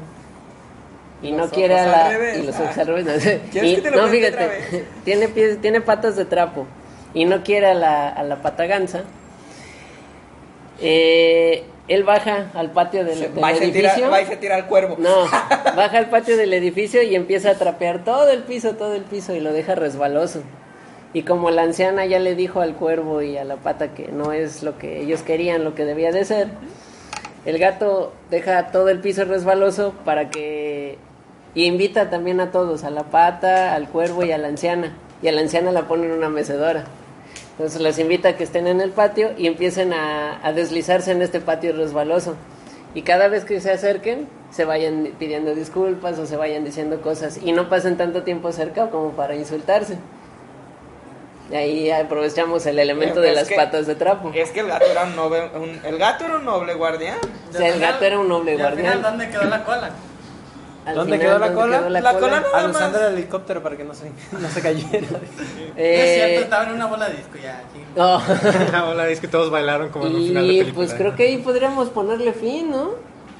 [SPEAKER 7] y no
[SPEAKER 5] Los
[SPEAKER 7] quiere a
[SPEAKER 5] ojos
[SPEAKER 7] la
[SPEAKER 5] al revés.
[SPEAKER 7] y los
[SPEAKER 5] Ah.
[SPEAKER 7] ojos al revés, no sé.
[SPEAKER 5] ¿Quieres
[SPEAKER 7] Y-
[SPEAKER 5] que te lo
[SPEAKER 7] no,
[SPEAKER 5] cuente otra
[SPEAKER 7] fíjate, tiene pies, tiene patas de trapo y no quiere a la, a la pataganza. Eh, él baja al patio del,
[SPEAKER 5] Se-
[SPEAKER 7] del
[SPEAKER 5] va, y se
[SPEAKER 7] edificio.
[SPEAKER 5] tira, va y se tira al cuervo.
[SPEAKER 7] No, baja al patio del edificio y empieza a trapear todo el piso, todo el piso y lo deja resbaloso. Y como la anciana ya le dijo al cuervo y a la pata que no es lo que ellos querían, lo que debía de ser, el gato deja todo el piso resbaloso para que... Y invita también a todos, a la pata, al cuervo y a la anciana. Y a la anciana la pone en una mecedora. Entonces las invita a que estén en el patio y empiecen a, a deslizarse en este patio resbaloso. Y cada vez que se acerquen, se vayan pidiendo disculpas o se vayan diciendo cosas. Y no pasen tanto tiempo cerca como para insultarse. Y ahí aprovechamos el elemento
[SPEAKER 5] Eh,
[SPEAKER 7] de
[SPEAKER 5] es
[SPEAKER 7] las
[SPEAKER 5] que- eh,
[SPEAKER 7] patas de trapo.
[SPEAKER 5] Es que el gato era un noble, un- el gato era un noble guardián.
[SPEAKER 7] O sea, el gato era un noble
[SPEAKER 2] Y al
[SPEAKER 7] guardián.
[SPEAKER 2] final, ¿dónde quedó la cola?
[SPEAKER 7] Al
[SPEAKER 6] ¿Dónde
[SPEAKER 7] final,
[SPEAKER 6] quedó la
[SPEAKER 7] ¿dónde
[SPEAKER 6] cola?
[SPEAKER 7] quedó
[SPEAKER 5] La cola no- nada
[SPEAKER 6] Alusando
[SPEAKER 5] más.
[SPEAKER 6] el helicóptero para que no se, no se cayera.
[SPEAKER 7] Eh,
[SPEAKER 2] Es cierto, estaba en una bola de disco ya. sí.
[SPEAKER 7] no.
[SPEAKER 8] La bola es que todos bailaron como en un final de
[SPEAKER 7] y
[SPEAKER 8] película.
[SPEAKER 7] pues creo que ahí podríamos ponerle fin, ¿no?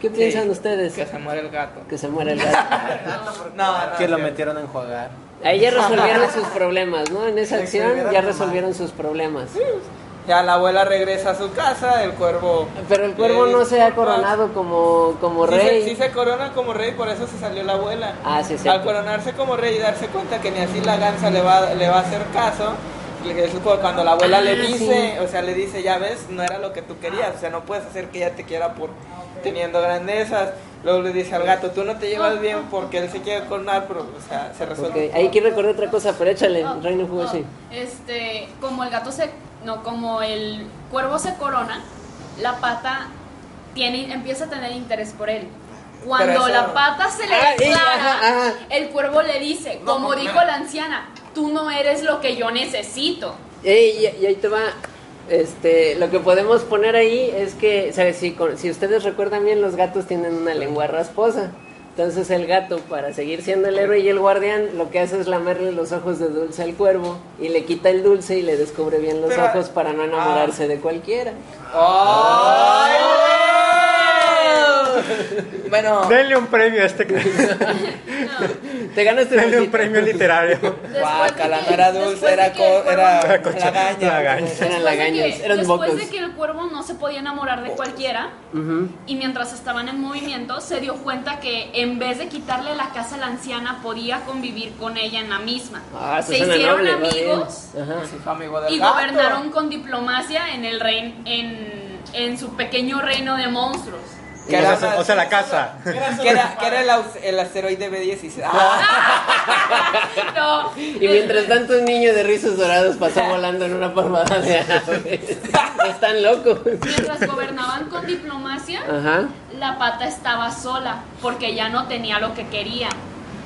[SPEAKER 7] ¿Qué piensan ustedes?
[SPEAKER 5] Que se muere el gato.
[SPEAKER 7] Que se muere el gato.
[SPEAKER 5] No,
[SPEAKER 7] Ah,
[SPEAKER 5] no,
[SPEAKER 6] que lo
[SPEAKER 5] no.
[SPEAKER 6] metieron en jugar.
[SPEAKER 7] Ahí ya resolvieron sus problemas, ¿no? En esa
[SPEAKER 5] Se
[SPEAKER 7] acción
[SPEAKER 5] resolvieron
[SPEAKER 7] ya
[SPEAKER 5] nomás.
[SPEAKER 7] resolvieron sus problemas.
[SPEAKER 5] Ya la abuela regresa a su casa, el cuervo.
[SPEAKER 7] Pero el cuervo
[SPEAKER 5] Eh,
[SPEAKER 7] no se ha
[SPEAKER 5] disculpa.
[SPEAKER 7] coronado como, como
[SPEAKER 5] Sí se-
[SPEAKER 7] rey.
[SPEAKER 5] Sí se, corona como rey, por eso se salió la abuela.
[SPEAKER 7] Ah, sí, sí.
[SPEAKER 5] Al coronarse como rey y darse cuenta que ni así la gansa le va, le va a hacer caso, le- es cu- cuando la abuela le
[SPEAKER 7] Ah,
[SPEAKER 5] dice,
[SPEAKER 7] sí.
[SPEAKER 5] o sea, le dice, ya ves, no era lo que tú querías, o sea, no puedes hacer que ella te quiera por teniendo grandezas. Luego le dice al gato, tú no te llevas bien porque él se quiere coronar, pero, o sea, se
[SPEAKER 7] Ok,
[SPEAKER 5] resuelve.
[SPEAKER 7] Ahí quiero recordar otra cosa, pero échale,
[SPEAKER 3] Oh,
[SPEAKER 7] Reino
[SPEAKER 3] oh,
[SPEAKER 7] Fugoshi.
[SPEAKER 3] Este, como el gato se, no, como el cuervo se corona, la pata tiene, empieza a tener interés por él. Cuando
[SPEAKER 5] eso-
[SPEAKER 3] la pata se le
[SPEAKER 7] Ah, y-
[SPEAKER 3] declara,
[SPEAKER 7] ajá, ajá.
[SPEAKER 3] el cuervo le dice, como dijo la anciana, tú no eres lo que yo necesito.
[SPEAKER 7] Ey, y, y ahí te va. Este, lo que podemos poner ahí es que, ¿sabes? Si, con- si ustedes recuerdan bien, los gatos tienen una lengua rasposa. Entonces el gato, para seguir siendo el héroe y el guardián, lo que hace es lamerle los ojos de dulce al cuervo y le quita el dulce y le descubre bien los
[SPEAKER 5] Pero- ah.
[SPEAKER 7] ojos para no enamorarse de cualquiera. Ah.
[SPEAKER 5] Bueno,
[SPEAKER 8] Denle un premio a este.
[SPEAKER 7] Te ganaste
[SPEAKER 8] Denle un
[SPEAKER 7] bolsita.
[SPEAKER 8] premio literario.
[SPEAKER 5] guácala, no era dulce, era, co- era lagaña.
[SPEAKER 8] Lagaña.
[SPEAKER 7] Eran lagañas, eran
[SPEAKER 3] después de
[SPEAKER 7] mocos.
[SPEAKER 3] que el cuervo no se podía enamorar de cualquiera,
[SPEAKER 7] Ujú.
[SPEAKER 3] Y mientras estaban en movimiento, se dio cuenta que en vez de quitarle la casa a la anciana, podía convivir con ella en la misma.
[SPEAKER 7] Ah,
[SPEAKER 3] se
[SPEAKER 7] Susana
[SPEAKER 3] hicieron
[SPEAKER 7] Noble, va bien.
[SPEAKER 3] amigos
[SPEAKER 7] Ajá.
[SPEAKER 5] Sí, fue amigo del
[SPEAKER 3] y
[SPEAKER 5] gato.
[SPEAKER 3] gobernaron con diplomacia en el rein- en, en su pequeño reino de monstruos.
[SPEAKER 5] Que
[SPEAKER 8] o,
[SPEAKER 5] era,
[SPEAKER 8] sea, o sea, la casa.
[SPEAKER 5] que era, que era el, aus- el asteroide B16. Ah,
[SPEAKER 3] No,
[SPEAKER 7] Y mientras tanto un niño de rizos dorados pasó volando en una parvada de aves. Están locos.
[SPEAKER 3] mientras gobernaban con diplomacia,
[SPEAKER 7] Ajá.
[SPEAKER 3] la pata estaba sola porque ya no tenía lo que quería.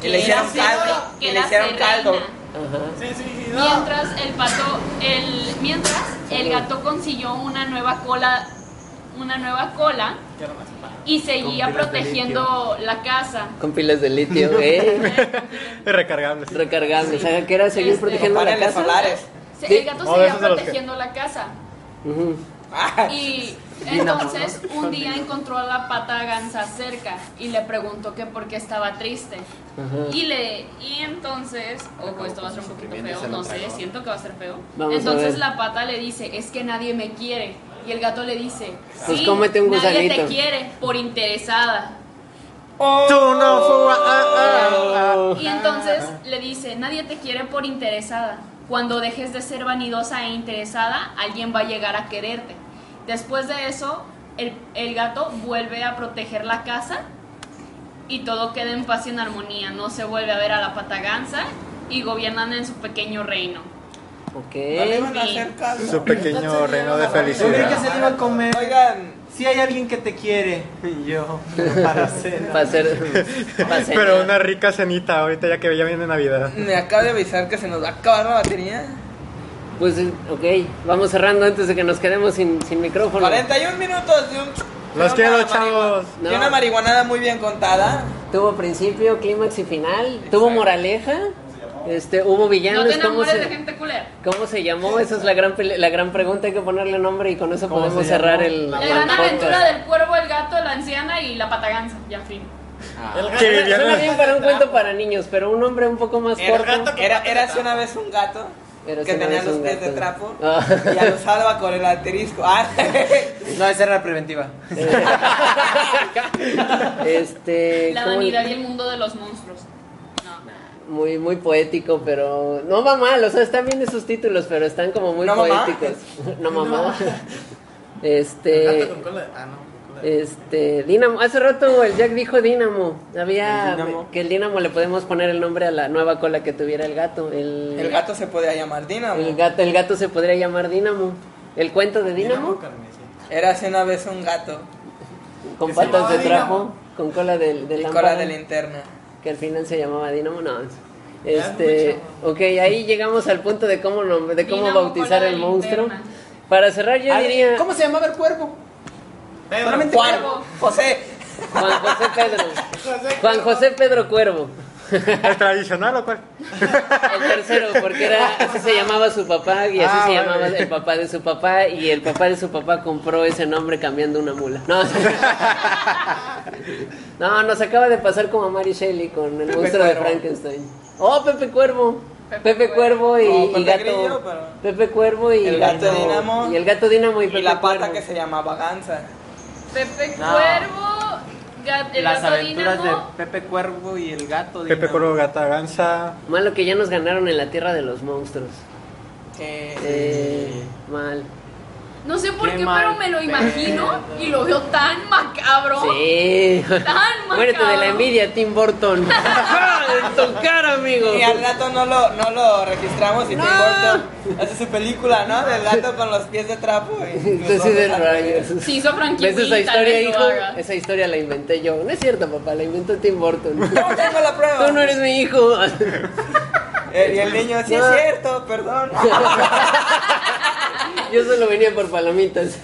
[SPEAKER 5] Y le hicieron
[SPEAKER 3] era ser-
[SPEAKER 5] caldo,
[SPEAKER 3] que
[SPEAKER 5] y le
[SPEAKER 3] era
[SPEAKER 5] hicieron
[SPEAKER 3] ser
[SPEAKER 5] caldo.
[SPEAKER 3] reina.
[SPEAKER 7] Ajá.
[SPEAKER 3] Mientras el pato, el, mientras el gato consiguió una nueva cola, una nueva cola y seguía protegiendo la casa.
[SPEAKER 7] Con pilas de litio, eh.
[SPEAKER 8] Recargables.
[SPEAKER 7] Recargables. O sea, que era seguir
[SPEAKER 3] Este,
[SPEAKER 7] protegiendo la
[SPEAKER 5] paneles
[SPEAKER 7] casa.
[SPEAKER 5] solares.
[SPEAKER 3] Se-
[SPEAKER 7] Sí.
[SPEAKER 3] El gato
[SPEAKER 8] Oh,
[SPEAKER 3] seguía
[SPEAKER 8] esos de los que-
[SPEAKER 3] protegiendo la casa
[SPEAKER 7] Ujú.
[SPEAKER 5] Ah,
[SPEAKER 3] y entonces un día encontró a la pata gansa cerca y le preguntó que por qué estaba triste.
[SPEAKER 7] Ajá. Ah, pues,
[SPEAKER 3] Y le y entonces, ojo, esto va a ser un poquito feo, no sé, siento que va a ser feo.
[SPEAKER 7] Vamos a
[SPEAKER 3] entonces
[SPEAKER 7] ver.
[SPEAKER 3] la pata le dice, "Es que nadie me quiere." Y el gato le dice,
[SPEAKER 7] Pues
[SPEAKER 3] "Sí,
[SPEAKER 7] cómete un
[SPEAKER 3] nadie te
[SPEAKER 7] gusanito."
[SPEAKER 3] quiere por interesada."
[SPEAKER 8] Tú no fu- ah, ah, ah.
[SPEAKER 7] Oh.
[SPEAKER 3] Y entonces le dice, "Nadie te quiere por interesada. Cuando dejes de ser vanidosa e interesada, alguien va a llegar a quererte." Después de eso, el, el gato vuelve a proteger la casa y todo queda en paz y en armonía. No se vuelve a ver a la pata gansa y gobiernan en su pequeño reino.
[SPEAKER 5] no le
[SPEAKER 7] Ok.
[SPEAKER 5] iban a hacer caldo.
[SPEAKER 8] Su pequeño reno de
[SPEAKER 2] Yo creí que
[SPEAKER 8] felicidad.
[SPEAKER 2] se le iba a comer.
[SPEAKER 5] Oigan,
[SPEAKER 2] Si hay alguien que te quiere. Y yo, para
[SPEAKER 7] Va a
[SPEAKER 2] cena.
[SPEAKER 7] ser. va a ser-
[SPEAKER 8] Pero una rica cenita ahorita ya que ya viene Navidad.
[SPEAKER 5] me acaba de avisar que se nos va a acabar la batería.
[SPEAKER 7] Pues, ok. Vamos cerrando antes de que nos quedemos sin, sin micrófono.
[SPEAKER 5] 41 minutos de un.
[SPEAKER 8] Los
[SPEAKER 5] de una
[SPEAKER 8] quiero, chavos.
[SPEAKER 5] marihuana-
[SPEAKER 7] No.
[SPEAKER 5] De una marihuanada muy bien contada.
[SPEAKER 7] Tuvo principio, clímax y final. Tuvo moraleja. Este, hubo
[SPEAKER 3] No
[SPEAKER 7] villanos.
[SPEAKER 3] te
[SPEAKER 7] ¿Cómo
[SPEAKER 3] enamores
[SPEAKER 7] se,
[SPEAKER 3] de gente culera.
[SPEAKER 7] cómo se llamó? Esa es la gran, pele- la gran pregunta. Hay que ponerle nombre y con eso
[SPEAKER 2] ¿Cómo
[SPEAKER 7] podemos
[SPEAKER 2] se llamó?
[SPEAKER 7] cerrar el.
[SPEAKER 3] La
[SPEAKER 7] el
[SPEAKER 3] gran
[SPEAKER 7] podcast.
[SPEAKER 3] aventura del cuervo, el gato, la anciana y la pataganza. Ya fin.
[SPEAKER 8] Que
[SPEAKER 7] Suena-
[SPEAKER 8] vivían-
[SPEAKER 7] Suena bien para un cuento para niños, pero un hombre un poco más corto.
[SPEAKER 5] Era, era hace una vez un gato.
[SPEAKER 7] Era hace
[SPEAKER 5] que
[SPEAKER 7] una
[SPEAKER 5] tenía
[SPEAKER 7] vez
[SPEAKER 5] los
[SPEAKER 7] un
[SPEAKER 5] pies
[SPEAKER 7] gato.
[SPEAKER 5] de trapo
[SPEAKER 7] Ah.
[SPEAKER 5] y a los salva con el asterisco. Ah,
[SPEAKER 6] No, esa era la preventiva.
[SPEAKER 7] Este.
[SPEAKER 3] La
[SPEAKER 7] ¿cómo-
[SPEAKER 3] vanidad y el mundo de los monstruos.
[SPEAKER 7] Muy, muy poético, pero no va mal, o sea, están bien esos títulos, pero están como muy
[SPEAKER 5] No, mamá.
[SPEAKER 7] poéticos. no mamá. Este, este, Dinamo, hace rato el Jack dijo Dinamo. Había
[SPEAKER 5] El Dínamo.
[SPEAKER 7] que el Dinamo le podemos poner el nombre a la nueva cola que tuviera el gato. El,
[SPEAKER 5] el gato se podía llamar Dinamo.
[SPEAKER 7] el gato, el gato se podría llamar Dinamo. El cuento de Dinamo,
[SPEAKER 5] Era hace una vez un gato
[SPEAKER 7] con
[SPEAKER 2] se
[SPEAKER 7] patas
[SPEAKER 2] llamaba
[SPEAKER 7] de trapo,
[SPEAKER 2] Dínamo.
[SPEAKER 7] con cola de, de
[SPEAKER 5] y
[SPEAKER 7] lámpara.
[SPEAKER 5] cola de linterna.
[SPEAKER 7] que al final se llamaba Dinamo, no. Este, ok, ahí llegamos al punto de cómo nom- de cómo
[SPEAKER 3] Dínamo,
[SPEAKER 7] bautizar
[SPEAKER 3] cola
[SPEAKER 7] el
[SPEAKER 3] de
[SPEAKER 7] monstruo.
[SPEAKER 3] linterna.
[SPEAKER 7] Para cerrar yo diría
[SPEAKER 6] ¿Cómo se llamaba el cuervo?
[SPEAKER 2] Solamente
[SPEAKER 5] Juan,
[SPEAKER 3] Cuervo.
[SPEAKER 5] José,
[SPEAKER 7] Juan José Pedro. Juan José Pedro Cuervo.
[SPEAKER 8] ¿El tradicional o cuál?
[SPEAKER 7] El tercero, porque era así se llamaba su papá y así
[SPEAKER 8] Ah, vale.
[SPEAKER 7] se llamaba el papá de su papá y el papá de su papá compró ese nombre cambiando una mula. No, no nos acaba de pasar como a Mary Shelley con el monstruo de
[SPEAKER 5] Cuervo.
[SPEAKER 7] Frankenstein. Oh, Pepe Cuervo.
[SPEAKER 3] Pepe
[SPEAKER 7] Pepe, Cuervo y,
[SPEAKER 5] No, Pepe
[SPEAKER 7] y gato.
[SPEAKER 5] Grillo, pero-
[SPEAKER 7] Pepe Cuervo y
[SPEAKER 5] El gato Dinamo.
[SPEAKER 7] Y el gato Dinamo y
[SPEAKER 5] y
[SPEAKER 7] Pepe
[SPEAKER 5] la pata
[SPEAKER 7] Cuervo.
[SPEAKER 5] que se llamaba Gansa.
[SPEAKER 3] Pepe
[SPEAKER 6] No.
[SPEAKER 3] Cuervo, Gat- el
[SPEAKER 6] Las
[SPEAKER 3] gato
[SPEAKER 6] aventuras de
[SPEAKER 3] Dínamo,
[SPEAKER 6] Pepe Cuervo y el gato.
[SPEAKER 8] Pepe
[SPEAKER 6] Dinamo.
[SPEAKER 8] Cuervo Gata Gansa.
[SPEAKER 7] Malo que ya nos ganaron en la tierra de los monstruos.
[SPEAKER 5] Que
[SPEAKER 7] Eh, mal.
[SPEAKER 3] No sé por
[SPEAKER 6] Qué
[SPEAKER 3] qué,
[SPEAKER 6] mal
[SPEAKER 3] pero me lo imagino y lo veo tan macabro.
[SPEAKER 7] Sí.
[SPEAKER 3] Tan
[SPEAKER 7] Muérete de
[SPEAKER 3] macabro.
[SPEAKER 7] la envidia, Tim Burton. ¡Ja! en tu cara, amigo.
[SPEAKER 5] y al rato no lo, no lo registramos y
[SPEAKER 7] No.
[SPEAKER 5] Tim Burton hace su película, ¿no? Del gato con los pies de trapo. y los
[SPEAKER 7] Entonces, de
[SPEAKER 5] ojos
[SPEAKER 7] rayos.
[SPEAKER 3] Se hizo Frankie
[SPEAKER 7] ¿Ves esa
[SPEAKER 3] Wynn, tal
[SPEAKER 7] historia,
[SPEAKER 3] vez lo
[SPEAKER 7] hijo?
[SPEAKER 3] haga.
[SPEAKER 7] Esa historia la inventé yo. No es cierto, papá, la inventó Tim Burton.
[SPEAKER 5] No tengo la prueba.
[SPEAKER 7] Tú no eres mi hijo.
[SPEAKER 5] Eh, Y el niño, sí
[SPEAKER 7] No.
[SPEAKER 5] es cierto, perdón.
[SPEAKER 7] Yo solo venía por palomitas.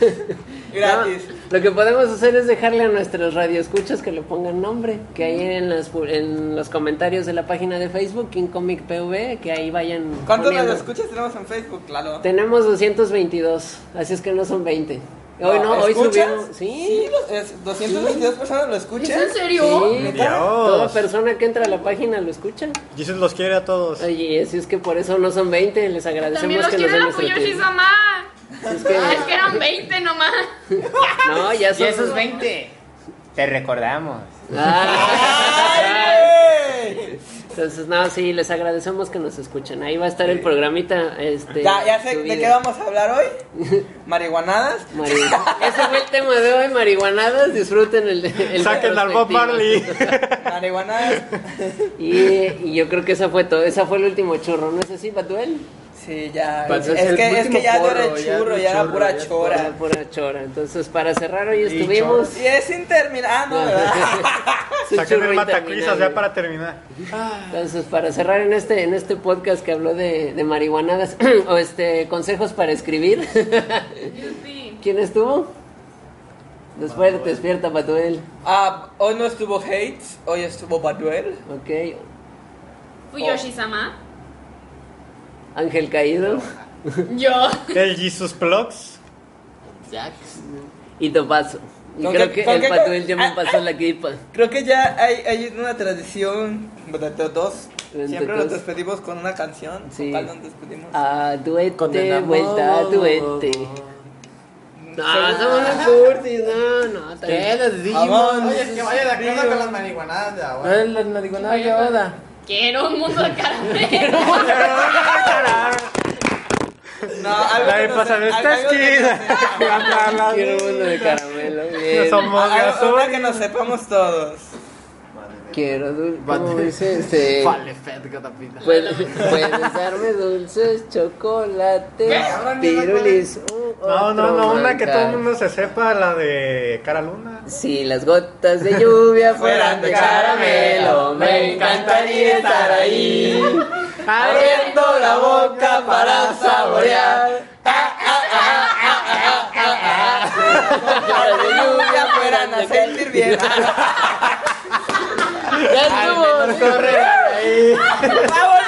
[SPEAKER 5] Gratis.
[SPEAKER 7] No, Lo que podemos hacer es dejarle a nuestros radioescuchas que le pongan nombre, que ahí en, las, pu- en los comentarios de la página de Facebook, King Comic PV, que ahí vayan.
[SPEAKER 5] ¿Cuántos
[SPEAKER 7] poniendo.
[SPEAKER 5] nos escuchas tenemos en Facebook, claro?
[SPEAKER 7] Tenemos 222, así es que no son 20. Hoy no, hoy
[SPEAKER 5] ¿escuchas?
[SPEAKER 7] subimos.
[SPEAKER 5] Sí,
[SPEAKER 7] Sí,
[SPEAKER 5] los- es- 222 personas lo
[SPEAKER 3] ¿Es
[SPEAKER 5] escuchan.
[SPEAKER 3] en serio?
[SPEAKER 7] sí. Toda
[SPEAKER 8] Dios.
[SPEAKER 7] persona que entra a la página lo escucha.
[SPEAKER 8] Jesús los quiere a todos.
[SPEAKER 7] Oye, así es que por eso no son 20, les
[SPEAKER 3] También
[SPEAKER 7] agradecemos
[SPEAKER 3] los
[SPEAKER 7] que nos
[SPEAKER 3] quiere
[SPEAKER 7] den
[SPEAKER 3] la
[SPEAKER 7] nuestro
[SPEAKER 3] Fuyoshi
[SPEAKER 7] tiempo.
[SPEAKER 3] Sama.
[SPEAKER 7] Así es que-
[SPEAKER 3] Ah, Es que eran 20 nomás.
[SPEAKER 7] No, ya
[SPEAKER 9] Y
[SPEAKER 7] son
[SPEAKER 9] esos 20, te recordamos.
[SPEAKER 7] Ah.
[SPEAKER 5] ¡Ay, güey!
[SPEAKER 7] Entonces, no, sí, les agradecemos que nos escuchen. Ahí va a estar el programita. Este,
[SPEAKER 5] Ya, ya sé de
[SPEAKER 7] subido.
[SPEAKER 5] qué vamos a hablar hoy. Marihuanadas.
[SPEAKER 7] Mari- Ese fue el tema de hoy, marihuanadas. Disfruten el. el
[SPEAKER 8] Saquen al Bob
[SPEAKER 7] retrospectivo.
[SPEAKER 8] Marley.
[SPEAKER 5] Marihuanadas.
[SPEAKER 7] Y, y yo creo que esa fue todo. Esa fue el último chorro, ¿no es así, Batuel?
[SPEAKER 5] Sí, ya.
[SPEAKER 6] Pues
[SPEAKER 5] es,
[SPEAKER 6] es el
[SPEAKER 5] que, es que
[SPEAKER 6] último
[SPEAKER 5] ya no era
[SPEAKER 6] porro, ya
[SPEAKER 5] churro,
[SPEAKER 6] no
[SPEAKER 5] ya era
[SPEAKER 6] churro, ya
[SPEAKER 5] pura
[SPEAKER 6] es
[SPEAKER 7] Pura,
[SPEAKER 5] chora.
[SPEAKER 7] pura chora. Entonces, para cerrar, hoy estuvimos.
[SPEAKER 5] Y es interminable. Ah, no, ¿verdad?
[SPEAKER 7] Su
[SPEAKER 8] Saquen
[SPEAKER 7] churro
[SPEAKER 8] el matacuizas
[SPEAKER 7] interminable.
[SPEAKER 8] ya para terminar.
[SPEAKER 7] Entonces, para cerrar en este, en este podcast que habló de, de marihuanadas o este consejos para escribir,
[SPEAKER 3] Yupi.
[SPEAKER 7] ¿quién estuvo? Después despierta, Batuel.
[SPEAKER 5] Ah, hoy no estuvo Hates, hoy estuvo Baduel.
[SPEAKER 7] Ok.
[SPEAKER 3] Fuyoshi Sama.
[SPEAKER 7] Ángel Caído.
[SPEAKER 3] Yo.
[SPEAKER 8] El Jesus Plugs.
[SPEAKER 7] Y Topazo. Y
[SPEAKER 5] ¿Con
[SPEAKER 7] creo
[SPEAKER 5] qué-
[SPEAKER 7] que
[SPEAKER 5] con
[SPEAKER 7] el
[SPEAKER 5] qué co-
[SPEAKER 7] Patuel ya me
[SPEAKER 5] Ah,
[SPEAKER 7] pasó la gripa.
[SPEAKER 5] Creo que ya hay, hay una tradición de los dos.
[SPEAKER 7] Entre
[SPEAKER 5] Siempre
[SPEAKER 7] todos.
[SPEAKER 5] nos despedimos con una canción.
[SPEAKER 7] Sí.
[SPEAKER 5] ¿Con cuál nos despedimos?
[SPEAKER 7] Ah, duete,
[SPEAKER 6] Condenamos.
[SPEAKER 7] vuelta, duete. No, estamos en curtis, no, no. está bien.
[SPEAKER 6] los
[SPEAKER 5] Vamos.
[SPEAKER 6] Digimon?
[SPEAKER 2] Oye, que vaya de acuerdo con las marihuanadas de ahora.
[SPEAKER 6] No, no, no digo nada,
[SPEAKER 3] Oye,
[SPEAKER 6] ya ahora.
[SPEAKER 3] Quiero un mundo de caramelo.
[SPEAKER 5] No, algo
[SPEAKER 8] La
[SPEAKER 5] que
[SPEAKER 8] de
[SPEAKER 5] nos-
[SPEAKER 8] pasar
[SPEAKER 5] algo-
[SPEAKER 8] esta
[SPEAKER 5] algo que nos-
[SPEAKER 8] esquina.
[SPEAKER 7] Quiero uno de caramelo,
[SPEAKER 8] No
[SPEAKER 7] bien.
[SPEAKER 8] somos
[SPEAKER 5] algo- algo que
[SPEAKER 8] gasoil.
[SPEAKER 5] nos sepamos todos.
[SPEAKER 7] Quiero dulce. ¿Cómo
[SPEAKER 6] Batuel.
[SPEAKER 7] dice? Este,
[SPEAKER 6] Falefet, catapita.
[SPEAKER 7] puedes, puedes darme dulces, chocolates, pirulis. un
[SPEAKER 8] No, no,
[SPEAKER 7] otro
[SPEAKER 8] no, una que todo el
[SPEAKER 7] manjar.
[SPEAKER 8] mundo se sepa, la de Cara Luna.
[SPEAKER 7] Si las gotas de lluvia fueran de caramelo, me encantaría estar ahí.
[SPEAKER 5] Ah,
[SPEAKER 7] Abriendo la boca para saborear.
[SPEAKER 5] Las gotas de lluvia fueran a sentir bien.
[SPEAKER 7] Ya estuvo.
[SPEAKER 5] ¡Vámonos!